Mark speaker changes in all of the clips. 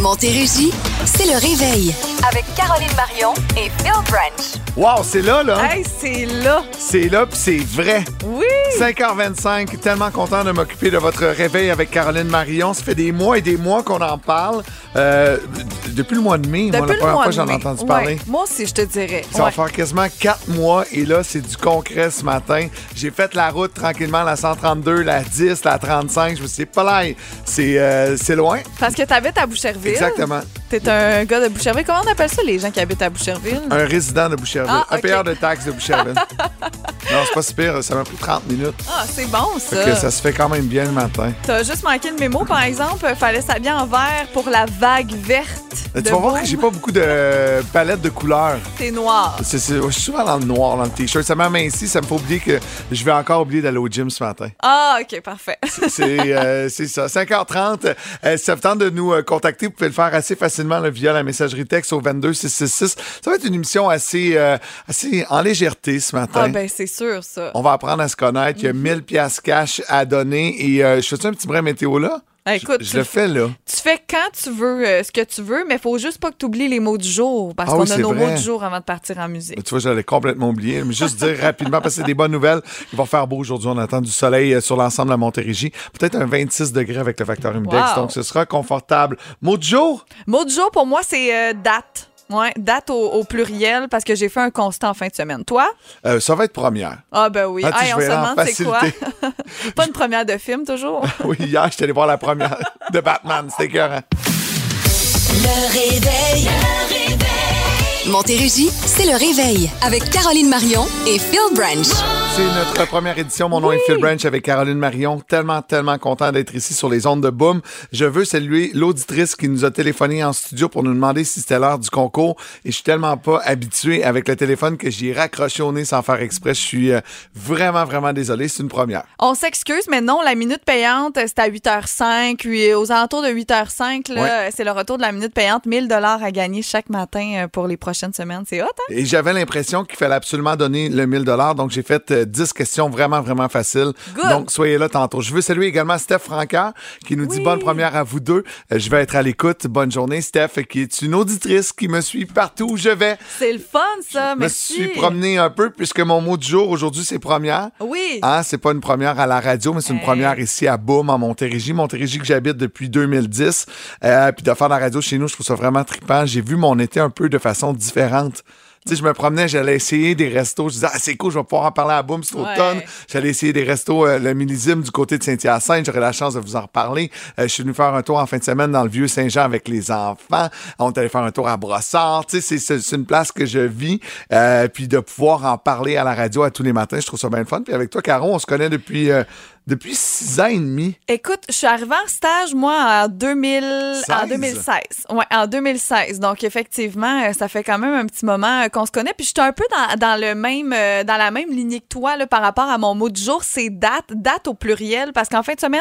Speaker 1: Montérégie, c'est le réveil.
Speaker 2: Avec Caroline Marion et Phil Branch.
Speaker 3: Wow, c'est là, là.
Speaker 4: Hey, c'est là.
Speaker 3: C'est là, puis c'est vrai.
Speaker 4: Oui.
Speaker 3: 5h25, tellement content de m'occuper de votre réveil avec Caroline Marion. Ça fait des mois et des mois qu'on en parle. Euh, d- depuis le mois de mai, moi, la
Speaker 4: Depuis le
Speaker 3: première
Speaker 4: mois
Speaker 3: fois
Speaker 4: de
Speaker 3: que j'en ai
Speaker 4: mai.
Speaker 3: entendu
Speaker 4: Ouais.
Speaker 3: parler.
Speaker 4: Moi aussi, je te dirais.
Speaker 3: Ça
Speaker 4: Ouais.
Speaker 3: va faire quasiment quatre mois et là, c'est du concret ce matin. J'ai fait la route tranquillement, la 132, la 10, la 35. Je me suis dit, Polaille, c'est euh, c'est loin.
Speaker 4: Parce que t'habites à Boucherville.
Speaker 3: Exactement.
Speaker 4: T'es un gars de Boucherville. Comment on appelle ça, les gens qui habitent à Boucherville?
Speaker 3: Un résident de Boucherville,
Speaker 4: Ah,
Speaker 3: un
Speaker 4: ok.
Speaker 3: payeur de taxes de Boucherville. non, c'est pas si pire, ça m'a pris 30 minutes.
Speaker 4: Ah, c'est bon,
Speaker 3: Fait que
Speaker 4: ça.
Speaker 3: ça se fait quand même bien le matin.
Speaker 4: T'as juste manqué de mes mots, par exemple. Fallait s'habiller en vert pour la vague verte.
Speaker 3: Euh, Tu
Speaker 4: de
Speaker 3: vas voir
Speaker 4: Beaume.
Speaker 3: que j'ai pas beaucoup de palettes de couleurs.
Speaker 4: T'es noir.
Speaker 3: C'est- c'est- je suis souvent dans le noir, dans le t-shirt. Ça m'amincit, ça me fait oublier que je vais encore oublier d'aller au gym ce matin.
Speaker 4: Ah, OK, parfait.
Speaker 3: C'est euh, c'est ça. 5h30. Euh, si ça vous tente de nous euh, contacter, vous pouvez le faire assez facilement là, via la messagerie texte au 22666. Ça va être une émission assez, euh, assez en légèreté ce matin.
Speaker 4: Ah, ben, Mm-hmm. c'est sûr, ça.
Speaker 3: On va apprendre à se connaître. Il y a 1000 piastres cash à donner. Et euh, je fais un petit brin météo là?
Speaker 4: Ah, écoute,
Speaker 3: je, je
Speaker 4: tu-
Speaker 3: le fais là.
Speaker 4: Tu fais quand tu veux euh, ce que tu veux, mais faut juste pas que tu oublies les mots du jour. Parce
Speaker 3: Ah
Speaker 4: qu'on
Speaker 3: oui,
Speaker 4: a
Speaker 3: c'est
Speaker 4: nos
Speaker 3: vrai.
Speaker 4: mots du jour avant de partir en musique.
Speaker 3: Mais Ben, Tu vois, j'allais complètement oublier. Mais juste dire rapidement, parce que c'est des bonnes nouvelles. Il va faire beau aujourd'hui. On attend du soleil euh, sur l'ensemble de la Montérégie. Peut-être un 26 degrés avec le facteur humidex.
Speaker 4: Wow.
Speaker 3: Donc, ce sera confortable. Mot du jour?
Speaker 4: Mot du jour, pour moi, c'est euh, date. Ouais, date au, au pluriel parce que j'ai fait un constat en fin de semaine. Toi?
Speaker 3: Euh, ça va être première.
Speaker 4: Ah ben oui.
Speaker 3: Ah, tu sais,
Speaker 4: Hey,
Speaker 3: je
Speaker 4: on
Speaker 3: vais
Speaker 4: se
Speaker 3: aller en
Speaker 4: demande c'est quoi.
Speaker 3: facilité.
Speaker 4: Pas une première de film toujours.
Speaker 3: Oui, hier, je suis allé voir la première de Batman. C'était écœurant.
Speaker 1: Le réveil. Montérégie, c'est le réveil. Avec Caroline Marion et Phil Branch.
Speaker 3: C'est notre première édition. Mon nom est Phil Branch avec Caroline Marion. Tellement, tellement content d'être ici sur les ondes de Boom. Je veux saluer l'auditrice qui nous a téléphoné en studio pour nous demander si c'était l'heure du concours. Et je suis tellement pas habitué avec le téléphone que j'y ai raccroché au nez sans faire exprès. Je suis euh, vraiment, vraiment désolé. C'est une première.
Speaker 4: On s'excuse, mais non, la minute payante, euh, c'est à 8h05. Puis aux alentours de 8h05, là,
Speaker 3: Ouais.
Speaker 4: euh, c'est le retour de la minute payante. 1000 dollars à gagner chaque matin euh, pour les prochaines semaines. C'est hot, hein?
Speaker 3: Et j'avais l'impression qu'il fallait absolument donner le 1000 donc j'ai fait euh, 10 questions vraiment, vraiment faciles.
Speaker 4: Good.
Speaker 3: Donc, soyez là tantôt. Je veux saluer également Steph Franca qui nous dit bonne première à vous deux. Euh, Je vais être à l'écoute. Bonne journée, Steph, qui est une auditrice qui me suit partout où je vais.
Speaker 4: C'est le fun, ça.
Speaker 3: Je me
Speaker 4: Merci.
Speaker 3: suis promené un peu puisque mon mot du jour aujourd'hui, c'est première.
Speaker 4: Oui.
Speaker 3: Ah, c'est pas une première à la radio, mais c'est une
Speaker 4: Hey.
Speaker 3: première ici à Boom, en Montérégie. Montérégie que j'habite depuis 2010. Euh, puis de faire la radio chez nous, je trouve ça vraiment trippant. J'ai vu mon été un peu de façon différente. Tu sais, je me promenais, j'allais essayer des restos. Je disais, ah, c'est cool, je vais pouvoir en parler à Boom cet
Speaker 4: Ouais.
Speaker 3: automne. J'allais essayer des restos, euh, le millésime du côté de Saint-Hyacinthe. J'aurai la chance de vous en reparler. Euh, je suis venu faire un tour en fin de semaine dans le vieux Saint-Jean avec les enfants. On est allé faire un tour à Brossard. Tu sais, c'est- c'est c'est une place que je vis. Euh, puis de pouvoir en parler à la radio à tous les matins, je trouve ça bien le fun. Puis avec toi, Caron, on se connaît depuis, euh, depuis six ans et demi.
Speaker 4: Écoute, je suis arrivée en stage, moi, en, 2000, en
Speaker 3: 16.
Speaker 4: 2016. Ouais, en 2016. Donc, effectivement, euh, ça fait quand même un petit moment euh, qu'on se connaît. Puis, je suis un peu dans, dans le même, euh, dans la même lignée que toi là, par rapport à mon mot du jour. C'est date, date au pluriel. Parce qu'en fin de semaine,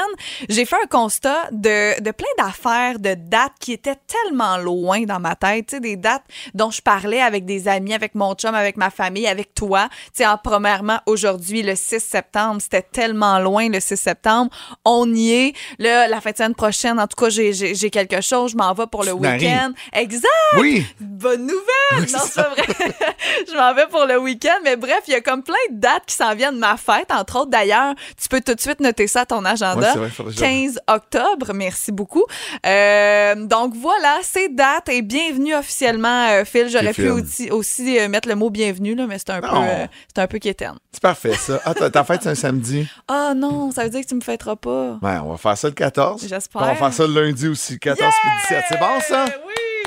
Speaker 4: j'ai fait un constat de, de plein d'affaires, de dates qui étaient tellement loin dans ma tête. Tu sais, des dates dont je parlais avec des amis, avec mon chum, avec ma famille, avec toi. Tu sais, en premièrement, aujourd'hui, le 6 septembre, c'était tellement loin le 6 septembre. On y est. Là, la fin de semaine prochaine, en tout cas, j'ai- j'ai j'ai quelque chose. Je m'en vais pour le
Speaker 3: Marie.
Speaker 4: week-end. Exact!
Speaker 3: Oui!
Speaker 4: Bonne nouvelle! non, c'est pas vrai. je m'en vais pour le week-end. Mais bref, il y a comme plein de dates qui s'en viennent de ma fête. Entre autres, d'ailleurs, tu peux tout de suite noter ça à ton
Speaker 3: Ouais,
Speaker 4: agenda.
Speaker 3: c'est vrai, faudrait que je-
Speaker 4: 15 octobre. Merci beaucoup. Euh, donc voilà, ces dates et bienvenue officiellement, euh, Phil. J'aurais pu
Speaker 3: Phil.
Speaker 4: aussi, aussi, euh, mettre le mot bienvenue, là, mais c'est un, peu,
Speaker 3: Non.
Speaker 4: euh, c'est un peu quétaine.
Speaker 3: C'est parfait, ça. Ah, ta ta fête, c'est un samedi?
Speaker 4: Ah non, ça veut dire que tu me fêteras pas.
Speaker 3: Ouais, on va faire ça le 14.
Speaker 4: J'espère.
Speaker 3: Puis On va faire ça le lundi aussi, 14 puis 17. C'est bon, ça?
Speaker 4: Eh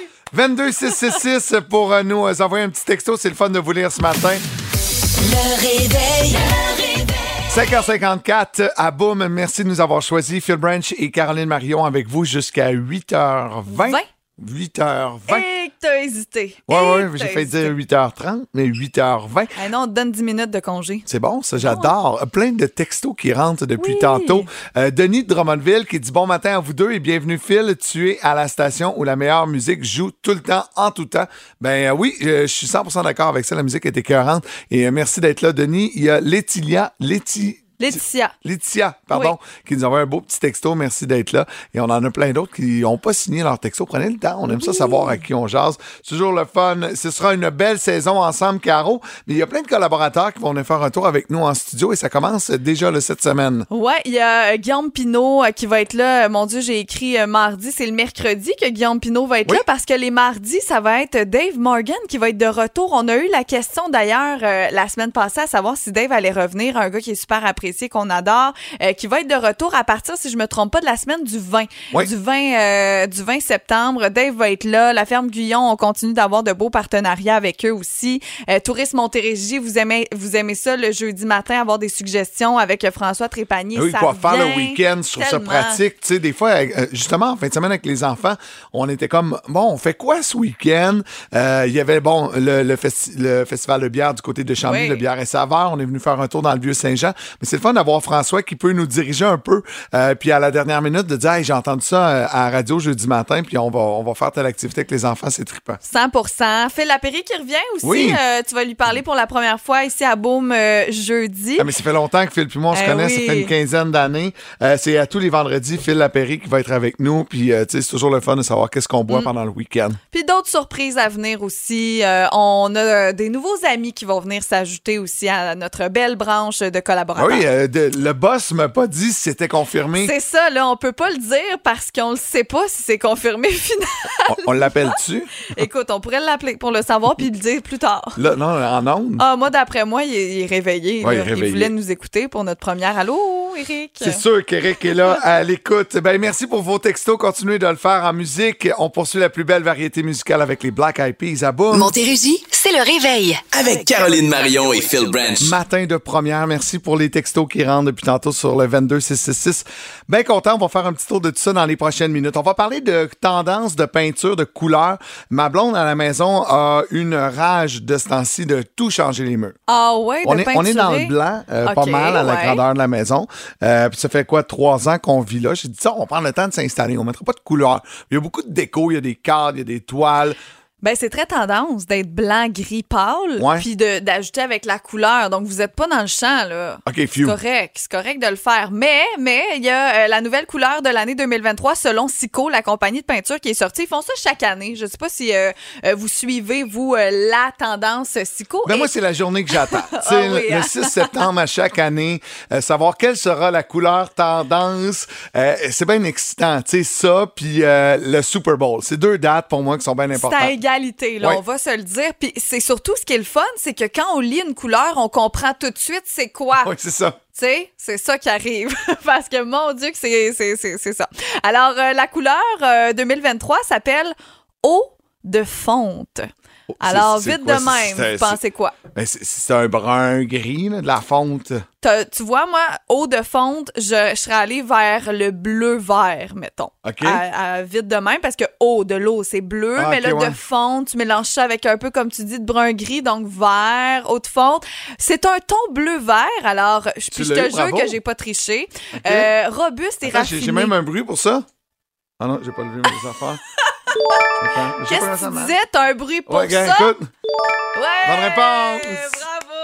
Speaker 4: oui!
Speaker 3: 22666 pour euh, nous euh, envoyer un petit texto. C'est le fun de vous lire ce matin.
Speaker 1: Le réveil.
Speaker 3: 5h54 à Boom. Merci de nous avoir choisi. Phil Branch et Caroline Marion avec vous jusqu'à 8h20. 8h20.
Speaker 4: Et que t'as hésité.
Speaker 3: Ouais,
Speaker 4: Et
Speaker 3: ouais,
Speaker 4: que
Speaker 3: j'ai
Speaker 4: Eh, t'as
Speaker 3: fait
Speaker 4: hésité.
Speaker 3: dire 8h30, mais 8h20.
Speaker 4: Eh non, on te donne 10 minutes de congé.
Speaker 3: C'est bon, ça, j'adore. Euh, Plein de textos qui rentrent depuis tantôt. Euh, Denis de Drummondville qui dit bon matin à vous deux et bienvenue Phil. Tu es à la station où la meilleure musique joue tout le temps, en tout temps. Ben euh, oui, euh, je suis 100% d'accord avec ça. La musique est écœurante. Et euh, merci d'être là, Denis. Il y a Létilia, Léti...
Speaker 4: Laetitia.
Speaker 3: Laetitia, pardon, qui nous envoie un beau petit texto. Merci d'être là. Et on en a plein d'autres qui n'ont pas signé leur texto. Prenez le temps. On aime ça savoir à qui on jase. C'est toujours le fun. Ce sera une belle saison ensemble, Caro. Mais il y a plein de collaborateurs qui vont venir faire un tour avec nous en studio et ça commence déjà le, cette semaine.
Speaker 4: Ouais, il y a euh, Guillaume Pinault euh, qui va être là. Euh, Mon Dieu, j'ai écrit euh, mardi, c'est le mercredi que Guillaume Pinault va être
Speaker 3: Oui.
Speaker 4: là parce que les mardis, ça va être euh, Dave Morgan qui va être de retour. On a eu la question d'ailleurs euh, la semaine passée à savoir si Dave allait revenir, un gars qui est super apprécié, qu'on adore, euh, qui va être de retour à partir, si je me trompe pas, de la semaine du 20.
Speaker 3: Oui.
Speaker 4: Du, 20 euh, du 20 septembre, Dave va être là. La ferme Guyon, on continue d'avoir de beaux partenariats avec eux aussi. Euh, Tourisme Montérégie, vous aimez, vous aimez ça le jeudi matin, avoir des suggestions avec euh, François Trépanier.
Speaker 3: Ah Oui,
Speaker 4: ça
Speaker 3: quoi faire le
Speaker 4: vient
Speaker 3: week-end, sur ce
Speaker 4: tellement.
Speaker 3: pratique. Tu sais, des fois, euh, justement, en fin de semaine avec les enfants, on était comme, bon, on fait quoi ce week-end? Euh, Il y avait, bon, le, le, festi- le festival de bière du côté de Chambly,
Speaker 4: Oui.
Speaker 3: le bière et saveur. On est venu faire un tour dans le Vieux-Saint-Jean. Mais c'est le fun d'avoir François qui peut nous diriger un peu. euh, puis à la dernière minute, de dire, hey, j'ai entendu ça euh, à la radio jeudi matin, puis on va, on va faire telle activité avec les enfants, c'est trippant.
Speaker 4: 100 Phil Lapéry qui revient aussi.
Speaker 3: Oui.
Speaker 4: Euh, tu vas lui parler pour la première fois ici à Beaume euh, jeudi.
Speaker 3: Ah, mais ça fait longtemps que Phil puis moi, on se
Speaker 4: Eh
Speaker 3: connaît, ça
Speaker 4: oui.
Speaker 3: fait une quinzaine d'années. Euh, c'est à tous les vendredis, Phil Lapéry qui va être avec nous. Puis, euh, tu sais, c'est toujours le fun de savoir qu'est-ce qu'on
Speaker 4: Mm.
Speaker 3: boit pendant le week-end.
Speaker 4: Puis d'autres surprises à venir aussi. Euh, on a euh, des nouveaux amis qui vont venir s'ajouter aussi à notre belle branche de
Speaker 3: Ah
Speaker 4: collaborateurs.
Speaker 3: oui, euh, de- le boss m'a pas dit si c'était confirmé.
Speaker 4: C'est ça, là, on peut pas le dire parce qu'on le sait pas si c'est confirmé finalement.
Speaker 3: On, on l'appelle-tu?
Speaker 4: Écoute, on pourrait l'appeler pour le savoir puis le dire plus tard.
Speaker 3: Là, non, en ondes.
Speaker 4: Ah, moi, d'après moi, il est, il est réveillé.
Speaker 3: Ouais,
Speaker 4: là.
Speaker 3: il est réveillé.
Speaker 4: voulait nous écouter pour notre première. Allô, Eric?
Speaker 3: C'est sûr qu'Éric est là à l'écoute. Ben, merci pour vos textos. Continuez de le faire en musique. On poursuit la plus belle variété musicale avec les Black Eyed Peas à bout.
Speaker 1: Montérégie, c'est le réveil.
Speaker 5: Avec Caroline Marion et Phil Branch.
Speaker 3: Matin de première. Merci pour les textos qui rentrent depuis tantôt sur le 22666. Bien content, on va faire un petit tour de tout ça dans les prochaines minutes. On va parler de tendances de peinture, de couleurs. Ma blonde à la maison a une rage de ce temps-ci de tout changer les murs.
Speaker 4: Ah ouais, de
Speaker 3: On est, on est dans
Speaker 4: peinturer.
Speaker 3: le blanc, euh, pas
Speaker 4: Ok,
Speaker 3: mal à la
Speaker 4: ouais.
Speaker 3: grandeur de la maison. Euh, puis ça fait quoi, trois ans qu'on vit là? J'ai dit ça, on prend le temps de s'installer, on mettra pas de couleurs. Il y a beaucoup de déco, il y a des cadres, il y a des toiles.
Speaker 4: Ben, c'est très tendance d'être blanc, gris, pâle,
Speaker 3: Ouais.
Speaker 4: puis de- d'ajouter avec la couleur. Donc, vous n'êtes pas dans le champ, là.
Speaker 3: OK,
Speaker 4: C'est
Speaker 3: phew.
Speaker 4: correct, c'est correct de le faire. Mais, mais, il y a euh, la nouvelle couleur de l'année 2023 selon Sico, la compagnie de peinture qui est sortie. Ils font ça chaque année. Je sais pas si euh, euh, vous suivez, vous, euh, la tendance Sico.
Speaker 3: Ben
Speaker 4: Et-
Speaker 3: moi, c'est la journée que j'attends. Tu sais,
Speaker 4: Ah
Speaker 3: le-
Speaker 4: oui,
Speaker 3: le
Speaker 4: hein?
Speaker 3: 6 septembre à chaque année, euh, savoir quelle sera la couleur tendance, euh, c'est bien excitant. Tu sais, ça, puis euh, le Super Bowl. C'est deux dates pour moi qui sont bien
Speaker 4: C'est à
Speaker 3: importantes.
Speaker 4: égalité, là,
Speaker 3: Ouais.
Speaker 4: on va se le dire. Puis c'est surtout ce qui est le fun, c'est que quand on lit une couleur, on comprend tout de suite c'est quoi.
Speaker 3: Oui, c'est ça.
Speaker 4: Tu sais, c'est ça qui arrive. Parce que mon Dieu, que c'est, c'est, c'est, c'est ça. Alors, euh, la couleur euh, 2023 s'appelle eau de fonte.
Speaker 3: Oh, c'est-
Speaker 4: Alors,
Speaker 3: c'est
Speaker 4: vite
Speaker 3: quoi,
Speaker 4: de
Speaker 3: c'est-
Speaker 4: même,
Speaker 3: c'est-
Speaker 4: vous pensez quoi?
Speaker 3: Ben, C'est c'est un brun gris, là, de la fonte.
Speaker 4: T'as- tu vois, moi, eau de fonte, je, je serais allée vers le bleu-vert, mettons.
Speaker 3: OK.
Speaker 4: À- à vite de même, parce que eau, de l'eau, c'est bleu,
Speaker 3: Ah,
Speaker 4: mais
Speaker 3: OK,
Speaker 4: là,
Speaker 3: ouais.
Speaker 4: de fonte, tu mélanges ça avec un peu, comme tu dis, de brun-gris, donc vert, eau de fonte. C'est un ton bleu-vert, alors je,
Speaker 3: Tu
Speaker 4: puis je te
Speaker 3: l'as eu,
Speaker 4: jure
Speaker 3: bravo.
Speaker 4: que j'ai pas triché. Euh, robuste et
Speaker 3: Attends,
Speaker 4: raffiné.
Speaker 3: J'ai j'ai même un bruit pour ça. Ah non, j'ai pas levé mes affaires. Attends, j'ai pas
Speaker 4: Qu'est-ce que
Speaker 3: raison,
Speaker 4: tu
Speaker 3: hein?
Speaker 4: disais? T'as un bruit pour
Speaker 3: Ouais, gars,
Speaker 4: ça?
Speaker 3: écoute.
Speaker 4: Ouais!
Speaker 3: Bonne réponse!
Speaker 4: Bravo!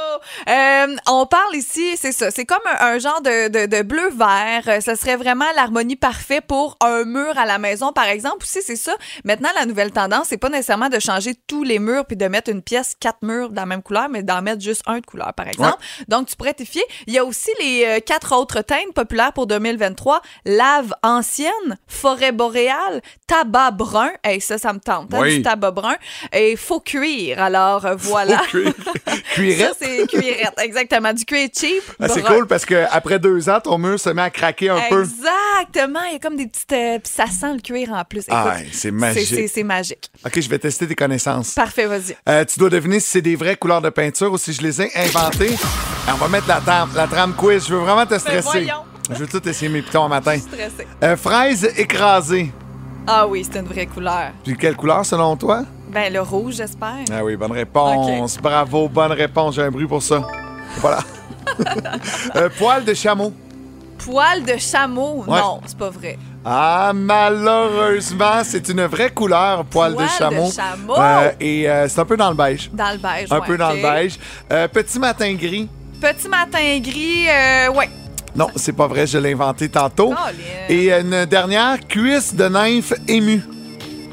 Speaker 4: Euh, on parle ici, c'est ça, c'est comme un, un genre de, de, de bleu-vert. Euh, Ce serait vraiment l'harmonie parfaite pour un mur à la maison, par exemple. Aussi, c'est ça. Maintenant, la nouvelle tendance, c'est pas nécessairement de changer tous les murs puis de mettre une pièce, quatre murs de la même couleur, mais d'en mettre juste un de couleur, par exemple. Donc, tu pourrais t'y fier. Il y a aussi les euh, quatre autres teintes populaires pour 2023. Lave ancienne, forêt boréale, tabac brun. Hey, ça, ça me tente. hein,
Speaker 3: Oui.
Speaker 4: Du tabac brun. Et faux cuir. Alors, euh, voilà.
Speaker 3: Oh, Cuir-
Speaker 4: Ça,
Speaker 3: Cuirette.
Speaker 4: c'est cuirette, exactement. Du cuir cheap.
Speaker 3: Ah, c'est
Speaker 4: brun.
Speaker 3: cool parce qu'après deux ans, ton mur se met à craquer un peu.
Speaker 4: Exactement. Il y a comme des petites. euh, puis ça sent le cuir en plus. Écoute,
Speaker 3: Ah, c'est magique.
Speaker 4: c'est- C'est magique.
Speaker 3: OK, je vais tester tes connaissances.
Speaker 4: Parfait, vas-y.
Speaker 3: Euh, tu dois deviner si c'est des vraies couleurs de peinture ou si je les ai inventées. Alors, on va mettre la trame, la trame quiz. Je veux vraiment te stresser.
Speaker 4: Ben, voyons.
Speaker 3: Je veux tout essayer mes pitons au matin.
Speaker 4: Stressé.
Speaker 3: Euh, fraise écrasée.
Speaker 4: Ah oui, c'est une vraie couleur.
Speaker 3: Puis quelle couleur selon toi?
Speaker 4: Ben, le rouge, j'espère.
Speaker 3: Ah oui, bonne réponse. Bravo, bonne réponse. J'ai un bruit pour ça. Voilà. Euh, poil de chameau.
Speaker 4: Poil de chameau.
Speaker 3: Ouais.
Speaker 4: Non, c'est pas vrai.
Speaker 3: Ah, malheureusement, c'est une vraie couleur, poil,
Speaker 4: Poil
Speaker 3: de
Speaker 4: de
Speaker 3: chameau.
Speaker 4: chameau.
Speaker 3: et euh, c'est un peu dans le beige.
Speaker 4: Dans le beige.
Speaker 3: Un
Speaker 4: ouais,
Speaker 3: peu dans
Speaker 4: ok.
Speaker 3: le beige. Euh, petit matin gris.
Speaker 4: Petit matin gris, euh, ouais.
Speaker 3: Non, c'est pas vrai, je l'ai inventé tantôt.
Speaker 4: Colin.
Speaker 3: Et une dernière, cuisse de nymphe émue.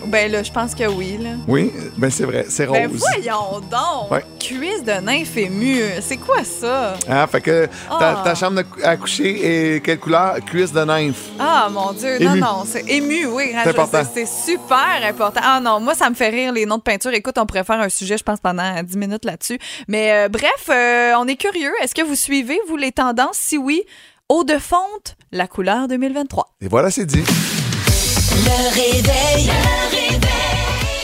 Speaker 4: Ben là, je pense que oui, là.
Speaker 3: Oui, ben c'est vrai, c'est rose.
Speaker 4: Ben voyons donc!
Speaker 3: Ouais.
Speaker 4: Cuisse de nymphe émue. C'est quoi ça?
Speaker 3: Hein, fait que ta,
Speaker 4: Ah.
Speaker 3: ta chambre de cou- à coucher est quelle couleur? Cuisse de nymphe.
Speaker 4: Ah, mon Dieu.
Speaker 3: Ému.
Speaker 4: Non, non, c'est ému, oui.
Speaker 3: C'est important.
Speaker 4: C'est super important. Ah non, moi, ça me fait rire, les noms de peinture. Écoute, on pourrait faire un sujet, je pense, pendant 10 minutes là-dessus. Mais euh, bref, euh, on est curieux. Est-ce que vous suivez, vous, les tendances? Si oui, eau de fonte, la couleur 2023.
Speaker 3: Et voilà, c'est dit.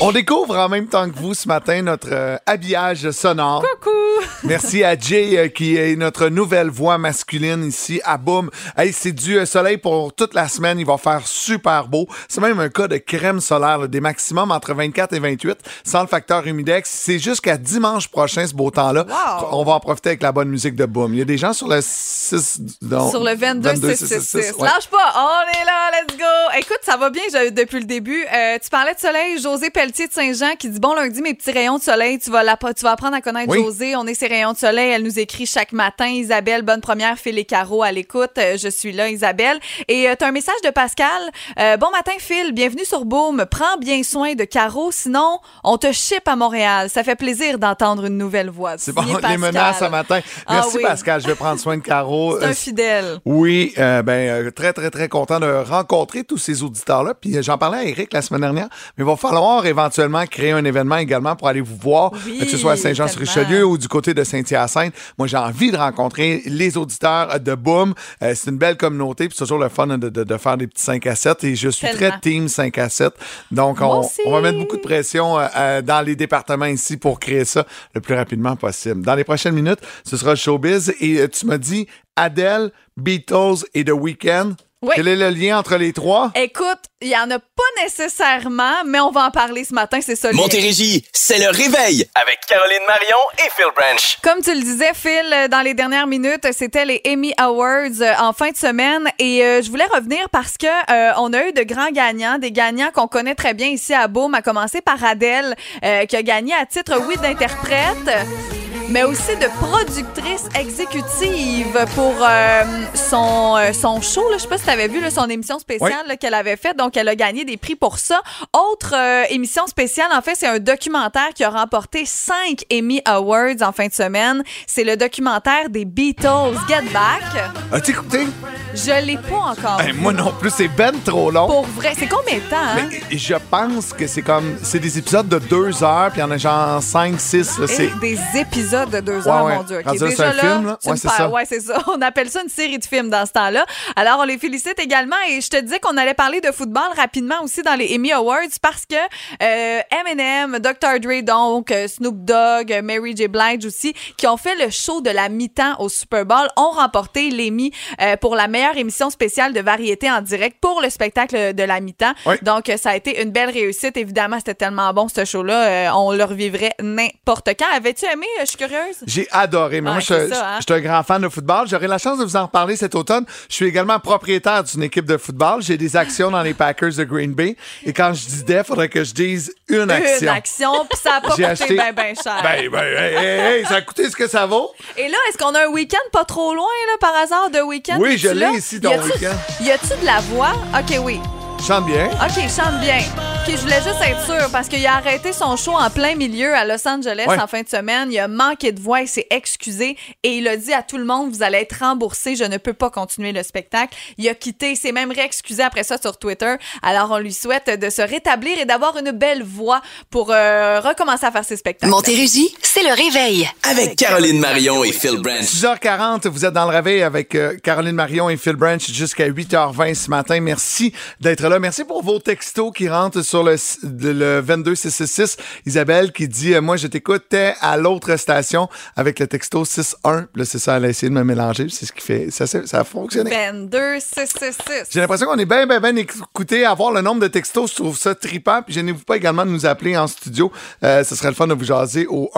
Speaker 3: On découvre en même temps que vous ce matin notre euh, habillage sonore.
Speaker 4: Coucou!
Speaker 3: Merci à Jay euh, qui est notre nouvelle voix masculine ici à Boom. Hey, c'est du euh, soleil pour toute la semaine. Il va faire super beau. C'est même un cas de crème solaire, là, des maximums entre 24 et 28 sans le facteur humidex. C'est jusqu'à dimanche prochain ce beau temps-là.
Speaker 4: Wow!
Speaker 3: On va en profiter avec la bonne musique de Boom. Il y a des gens sur le 6 non,
Speaker 4: Sur le 22666.
Speaker 3: 22666, ouais.
Speaker 4: Lâche pas, on est là, let's go. Écoute, ça va bien je- depuis le début. Euh, tu parlais de soleil, José Pelletier de Saint-Jean qui dit bon lundi mes petits rayons de soleil, tu vas la, tu vas apprendre à connaître
Speaker 3: Oui.
Speaker 4: José, on est ses rayons de soleil, elle nous écrit chaque matin. Isabelle, bonne première, Phil et Caro à l'écoute, Euh, je suis là Isabelle et tu as un message de Pascal. Euh, bon matin Phil, bienvenue sur Boom. Prends bien soin de Caro, sinon on te ship à Montréal. Ça fait plaisir d'entendre une nouvelle voix.
Speaker 3: C'est bon,
Speaker 4: Signé
Speaker 3: les
Speaker 4: Pascal.
Speaker 3: menaces ce matin.
Speaker 4: Ah
Speaker 3: Merci
Speaker 4: oui.
Speaker 3: Pascal, je vais prendre soin de Caro.
Speaker 4: C'est un
Speaker 3: Euh,
Speaker 4: fidèle.
Speaker 3: Oui, euh, ben euh, très très très content de rencontrer tous ces auditeurs là. Puis euh, j'en parlais à Eric la semaine dernière, mais il va falloir éventuellement créer un événement également pour aller vous voir,
Speaker 4: Oui,
Speaker 3: euh, que ce soit à Saint-Jean-sur-Richelieu
Speaker 4: tellement.
Speaker 3: ou du côté de Saint-Hyacinthe. Moi, j'ai envie de rencontrer les auditeurs euh, de Boom. Euh, c'est une belle communauté, puis c'est toujours le fun de, de- de faire des petits 5 à 7 et je suis
Speaker 4: Tellement.
Speaker 3: très team 5 à 7. Donc
Speaker 4: Moi
Speaker 3: on,
Speaker 4: aussi.
Speaker 3: on va mettre beaucoup de pression euh, euh, dans les départements ici pour créer ça le plus rapidement possible. Dans les prochaines minutes, ce sera le showbiz et euh, tu m'as dit Adele, Beatles et The Weeknd.
Speaker 4: Oui.
Speaker 3: Quel est le lien entre les trois?
Speaker 4: Écoute, il y en a pas nécessairement, mais on va en parler ce matin, c'est ça. le-
Speaker 5: Montérégie, c'est le réveil
Speaker 6: Avec Caroline Marion et Phil Branch.
Speaker 4: Comme tu le disais, Phil, euh, dans les dernières minutes, c'était les Emmy Awards euh, en fin de semaine et euh, je voulais revenir parce que euh, on a eu de grands gagnants, des gagnants qu'on connaît très bien ici à Beaume, à commencer par Adèle, euh, qui a gagné à titre, oui, d'interprète, mais aussi de productrice exécutive pour euh, son, euh, son show. Là, je sais pas si tu avais vu là, son émission spéciale là, qu'elle avait faite, donc elle a gagné des prix pour ça. Autre euh, émission spéciale, en fait, c'est un documentaire qui a remporté cinq Emmy Awards en fin de semaine. C'est le documentaire des Beatles Get Back.
Speaker 3: As-tu écouté?
Speaker 4: Je l'ai pas encore.
Speaker 3: Eh, moi non plus, c'est ben trop long.
Speaker 4: Pour vrai, c'est combien de temps? hein?
Speaker 3: Mais je pense que c'est comme. C'est des épisodes de deux heures, puis il y en a genre cinq, six. là,
Speaker 4: Et
Speaker 3: c'est-
Speaker 4: des épisodes de deux heures,
Speaker 3: ouais.
Speaker 4: mon Dieu. Ok,
Speaker 3: Rendu là, c'est un film, là.
Speaker 4: tu
Speaker 3: Ouais,
Speaker 4: me
Speaker 3: c'est
Speaker 4: parles.
Speaker 3: ça.
Speaker 4: Ouais, c'est ça. On appelle ça une série de films dans ce temps-là. Alors, on les félicite également. Et je te disais qu'on allait parler de football rapidement aussi dans les Emmy Awards parce que euh, Eminem, Dr. Dre, donc euh, Snoop Dogg, euh, Mary J. Blige aussi, qui ont fait le show de la mi-temps au Super Bowl, ont remporté l'Emmy euh, pour la meilleure émission spéciale de variété en direct pour le spectacle de la mi-temps.
Speaker 3: Oui.
Speaker 4: Donc, euh, ça a été une belle réussite. Évidemment, c'était tellement bon, ce show-là. Euh, on le revivrait n'importe quand. Avais-tu aimé? Euh, Je suis curieuse.
Speaker 3: J'ai adoré. Mais
Speaker 4: Ouais,
Speaker 3: moi, je,
Speaker 4: c'est
Speaker 3: je-
Speaker 4: ça, hein.
Speaker 3: je suis un grand fan de football. J'aurai la chance de vous en reparler cet automne. Je suis également propriétaire d'une équipe de football. J'ai des actions dans les Packers de Green Bay. Et quand je dis des, faudrait que je dise une action.
Speaker 4: Une action, puis ça a pas
Speaker 3: J'ai
Speaker 4: coûté
Speaker 3: acheté-
Speaker 4: bien, bien cher.
Speaker 3: Ben, ben, hey, hey, hey, ça a coûté ce que ça vaut.
Speaker 4: Et là, est-ce qu'on a un week-end pas trop loin, là, par hasard, de week-end?
Speaker 3: Oui,
Speaker 4: Es-tu
Speaker 3: je l'ai
Speaker 4: là?
Speaker 3: ici, ton
Speaker 4: Y a-tu-
Speaker 3: week-end.
Speaker 4: Y a-tu de la voix? OK, oui.
Speaker 3: Je chante bien.
Speaker 4: OK, je chante bien. OK, je voulais juste être sûre parce qu'il a arrêté son show en plein milieu à Los Angeles
Speaker 3: Ouais.
Speaker 4: en fin de semaine. Il a manqué de voix, il s'est excusé et il a dit à tout le monde Vous allez être remboursé, je ne peux pas continuer le spectacle. Il a quitté, il s'est même réexcusé après ça sur Twitter. Alors, on lui souhaite de se rétablir et d'avoir une belle voix pour euh, recommencer à faire ses spectacles.
Speaker 1: Montérégie, c'est le réveil.
Speaker 5: avec Caroline Marion et Phil Branch.
Speaker 3: 6h40, vous êtes dans le réveil avec euh, Caroline Marion et Phil Branch jusqu'à 8h20 ce matin. Merci d'être là. Merci pour vos textos qui rentrent sur le, s- de- le 22666. Isabelle qui dit euh, Moi, je t'écoutais à l'autre station avec le texto 61. Là, c'est ça, elle a essayé de me mélanger. C'est ce qui fait. Ça, s'est- ça a fonctionné.
Speaker 4: Ben, 2, 6, 6, 6.
Speaker 3: J'ai l'impression qu'on est bien, bien, bien écouté à voir le nombre de textos. Je trouve ça trippant. Puis gênez-vous pas également de nous appeler en studio. Euh, ce serait le fun de vous jaser au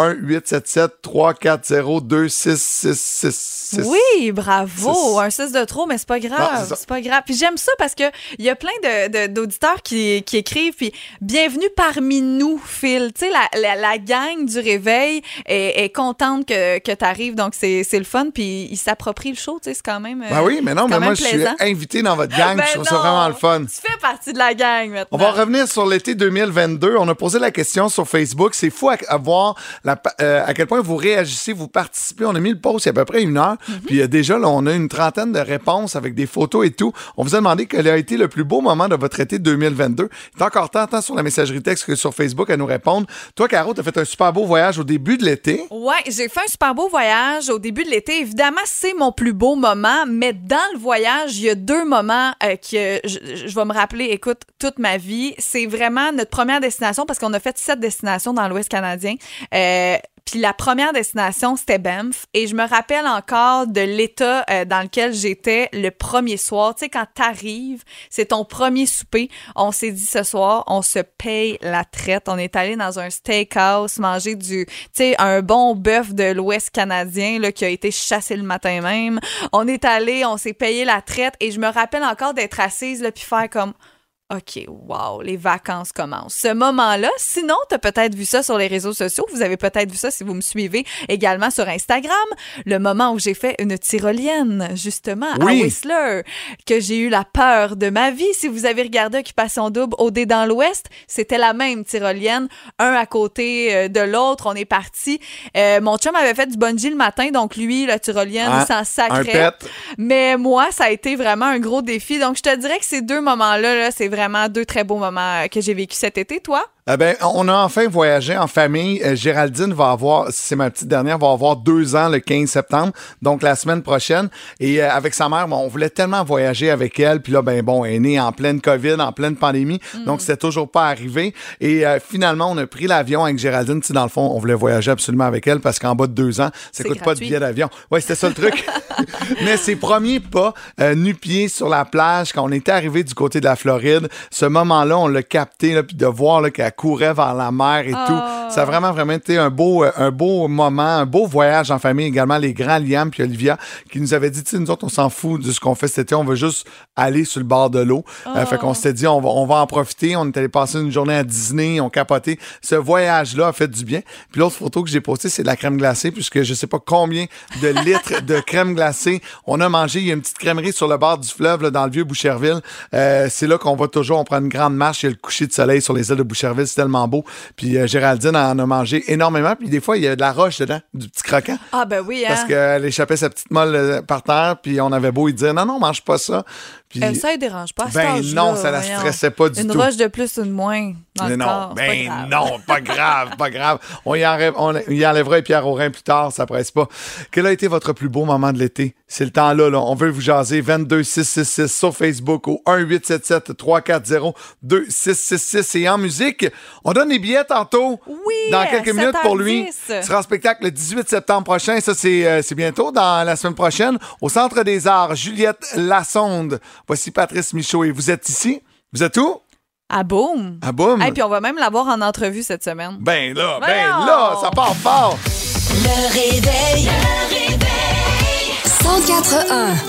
Speaker 3: 1-877-340-2666.
Speaker 4: Oui, bravo.
Speaker 3: C'est-
Speaker 4: Un 6 de trop, mais c'est pas
Speaker 3: Non,
Speaker 4: grave.
Speaker 3: Ah, c'est ça.
Speaker 4: c'est pas grave. Puis j'aime ça parce que il y a plein de- de- d'auditeurs qui, qui écrivent puis Puis bienvenue parmi nous, Phil. Tu sais, la, la, la gang du réveil est, est contente que, que tu arrives. Donc, c'est c'est le fun. Puis ils s'approprient le show. Tu sais, c'est quand même. euh,
Speaker 3: Ben oui, mais non,
Speaker 4: c'est
Speaker 3: mais moi,
Speaker 4: quand même
Speaker 3: je suis
Speaker 4: plaisant.
Speaker 3: invité dans votre gang.
Speaker 4: Ben
Speaker 3: je trouve ça
Speaker 4: non, Ben.
Speaker 3: vraiment le fun.
Speaker 4: Tu fais partie de la gang maintenant.
Speaker 3: On va revenir sur l'été 2022. On a posé la question sur Facebook. C'est fou à, à voir la pa- euh, à quel point vous réagissez, vous participez. On a mis le post il y a à peu près une heure.
Speaker 4: Mm-hmm.
Speaker 3: Puis euh, déjà, là, on a une trentaine de réponses avec des photos et tout. On vous a demandé quel a été le plus beau moment de votre été 2022. Il est encore temps, tant sur la messagerie texte que sur Facebook, à nous répondre. Toi, Caro, t'as fait un super beau voyage au début de l'été.
Speaker 4: Ouais, j'ai fait un super beau voyage au début de l'été. Évidemment, c'est mon plus beau moment, mais dans le voyage, il y a deux moments euh, que je, je vais me rappeler, écoute, toute ma vie. C'est vraiment notre première destination parce qu'on a fait sept destinations dans l'Ouest canadien. Euh, puis la première destination, c'était Banff. Et je me rappelle encore de l'état euh, dans lequel j'étais le premier soir. Tu sais, quand t'arrives, c'est ton premier souper. On s'est dit ce soir, on se paye la traite. On est allé dans un steakhouse manger du, tu sais, un bon bœuf de l'Ouest canadien là, qui a été chassé le matin même. On est allé, on s'est payé la traite. Et je me rappelle encore d'être assise là, puis faire comme... OK, wow, les vacances commencent. Ce moment-là, sinon, tu as peut-être vu ça sur les réseaux sociaux. Vous avez peut-être vu ça si vous me suivez également sur Instagram. Le moment où j'ai fait une tyrolienne, justement,
Speaker 3: Oui.
Speaker 4: à Whistler, que j'ai eu la peur de ma vie. Si vous avez regardé Occupation Double au dé dans l'Ouest, c'était la même tyrolienne, un à côté euh, de l'autre. On est parti. Euh, mon chum avait fait du bungee le matin, donc lui, la tyrolienne,
Speaker 3: Ah,
Speaker 4: il s'en
Speaker 3: Un
Speaker 4: sacrait.
Speaker 3: pet.
Speaker 4: Mais moi, ça a été vraiment un gros défi. Donc, je te dirais que ces deux moments-là, là, c'est vraiment deux très beaux moments euh, que j'ai vécu cet été, toi.
Speaker 3: Eh ben, on a enfin voyagé en famille. Euh, Géraldine va avoir, c'est ma petite dernière, va avoir deux ans le 15 septembre, donc la semaine prochaine. Et euh, avec sa mère, bon, on voulait tellement voyager avec elle. Puis là, ben bon, elle est née en pleine COVID, en pleine pandémie,
Speaker 4: Mm.
Speaker 3: donc c'était toujours pas arrivé. Et euh, finalement, on a pris l'avion avec Géraldine. Tu sais, dans le fond, on voulait voyager absolument avec elle parce qu'en bas de deux ans, ça
Speaker 4: C'est
Speaker 3: coûte pas de
Speaker 4: gratuit.
Speaker 3: billet d'avion. Ouais, c'était ça le truc. Mais ses premiers pas, euh, nu-pieds sur la plage, quand on était arrivé du côté de la Floride, ce moment-là, on l'a capté, là, puis de voir là, qu'elle courait vers la mer et tout. Ça a vraiment, vraiment été un beau, euh, un beau moment, un beau voyage en famille également. Les grands Liam puis Olivia qui nous avaient dit, tu sais, nous autres, on s'en fout de ce qu'on fait cet été, on veut juste aller sur le bord de l'eau. Euh, fait qu'on s'était dit, on va, on va en profiter. On est allé passer une journée à Disney, on capotait. Ce voyage-là a fait du bien. Puis l'autre photo que j'ai postée, c'est de la crème glacée, puisque je sais pas combien de litres de crème glacée on a mangé. Il y a une petite crèmerie sur le bord du fleuve, là, dans le vieux Boucherville. Euh, c'est là qu'on va toujours, on prend une grande marche. Il y a le coucher de soleil sur les ailes de Boucherville, c'est tellement beau. Puis euh, Géraldine en a mangé énormément. Puis des fois, il y a de la roche dedans, du petit croquant.
Speaker 4: Ah, ben oui, hein.
Speaker 3: Parce qu'elle échappait sa petite molle euh, par terre, puis on avait beau lui dire non, non, mange pas ça. Puis,
Speaker 4: Euh, ça, ne dérange pas. à cet
Speaker 3: ben
Speaker 4: âge-là,
Speaker 3: non, ça la
Speaker 4: voyons.
Speaker 3: stressait pas du
Speaker 4: Une
Speaker 3: tout.
Speaker 4: roche de plus ou de moins dans
Speaker 3: Mais
Speaker 4: le
Speaker 3: non,
Speaker 4: corps, Ah, c'est pas
Speaker 3: ben
Speaker 4: grave.
Speaker 3: non, pas grave, pas grave. On y, enlève- on y enlèvera les pierres aux reins plus tard, ça presse pas. Quel a été votre plus beau moment de l'été? C'est le temps-là, là. On veut vous jaser 22666 sur Facebook au 1877-340-2666. Et en musique, on donne les billets tantôt.
Speaker 4: Oui,
Speaker 3: Dans
Speaker 4: à
Speaker 3: quelques minutes
Speaker 4: 7h10.
Speaker 3: pour lui. Tu seras en spectacle le 18 septembre prochain. Ça, c'est euh, c'est bientôt, dans la semaine prochaine, au Centre des Arts, Juliette Lassonde. Voici Patrice Michaud. Et vous êtes ici? Vous êtes où?
Speaker 4: Ah, boum.
Speaker 3: À Boum.
Speaker 4: Hey, puis on va même l'avoir en entrevue cette semaine.
Speaker 3: Ben là, ben
Speaker 4: Voyons.
Speaker 3: là, ça part fort.
Speaker 1: Le réveil.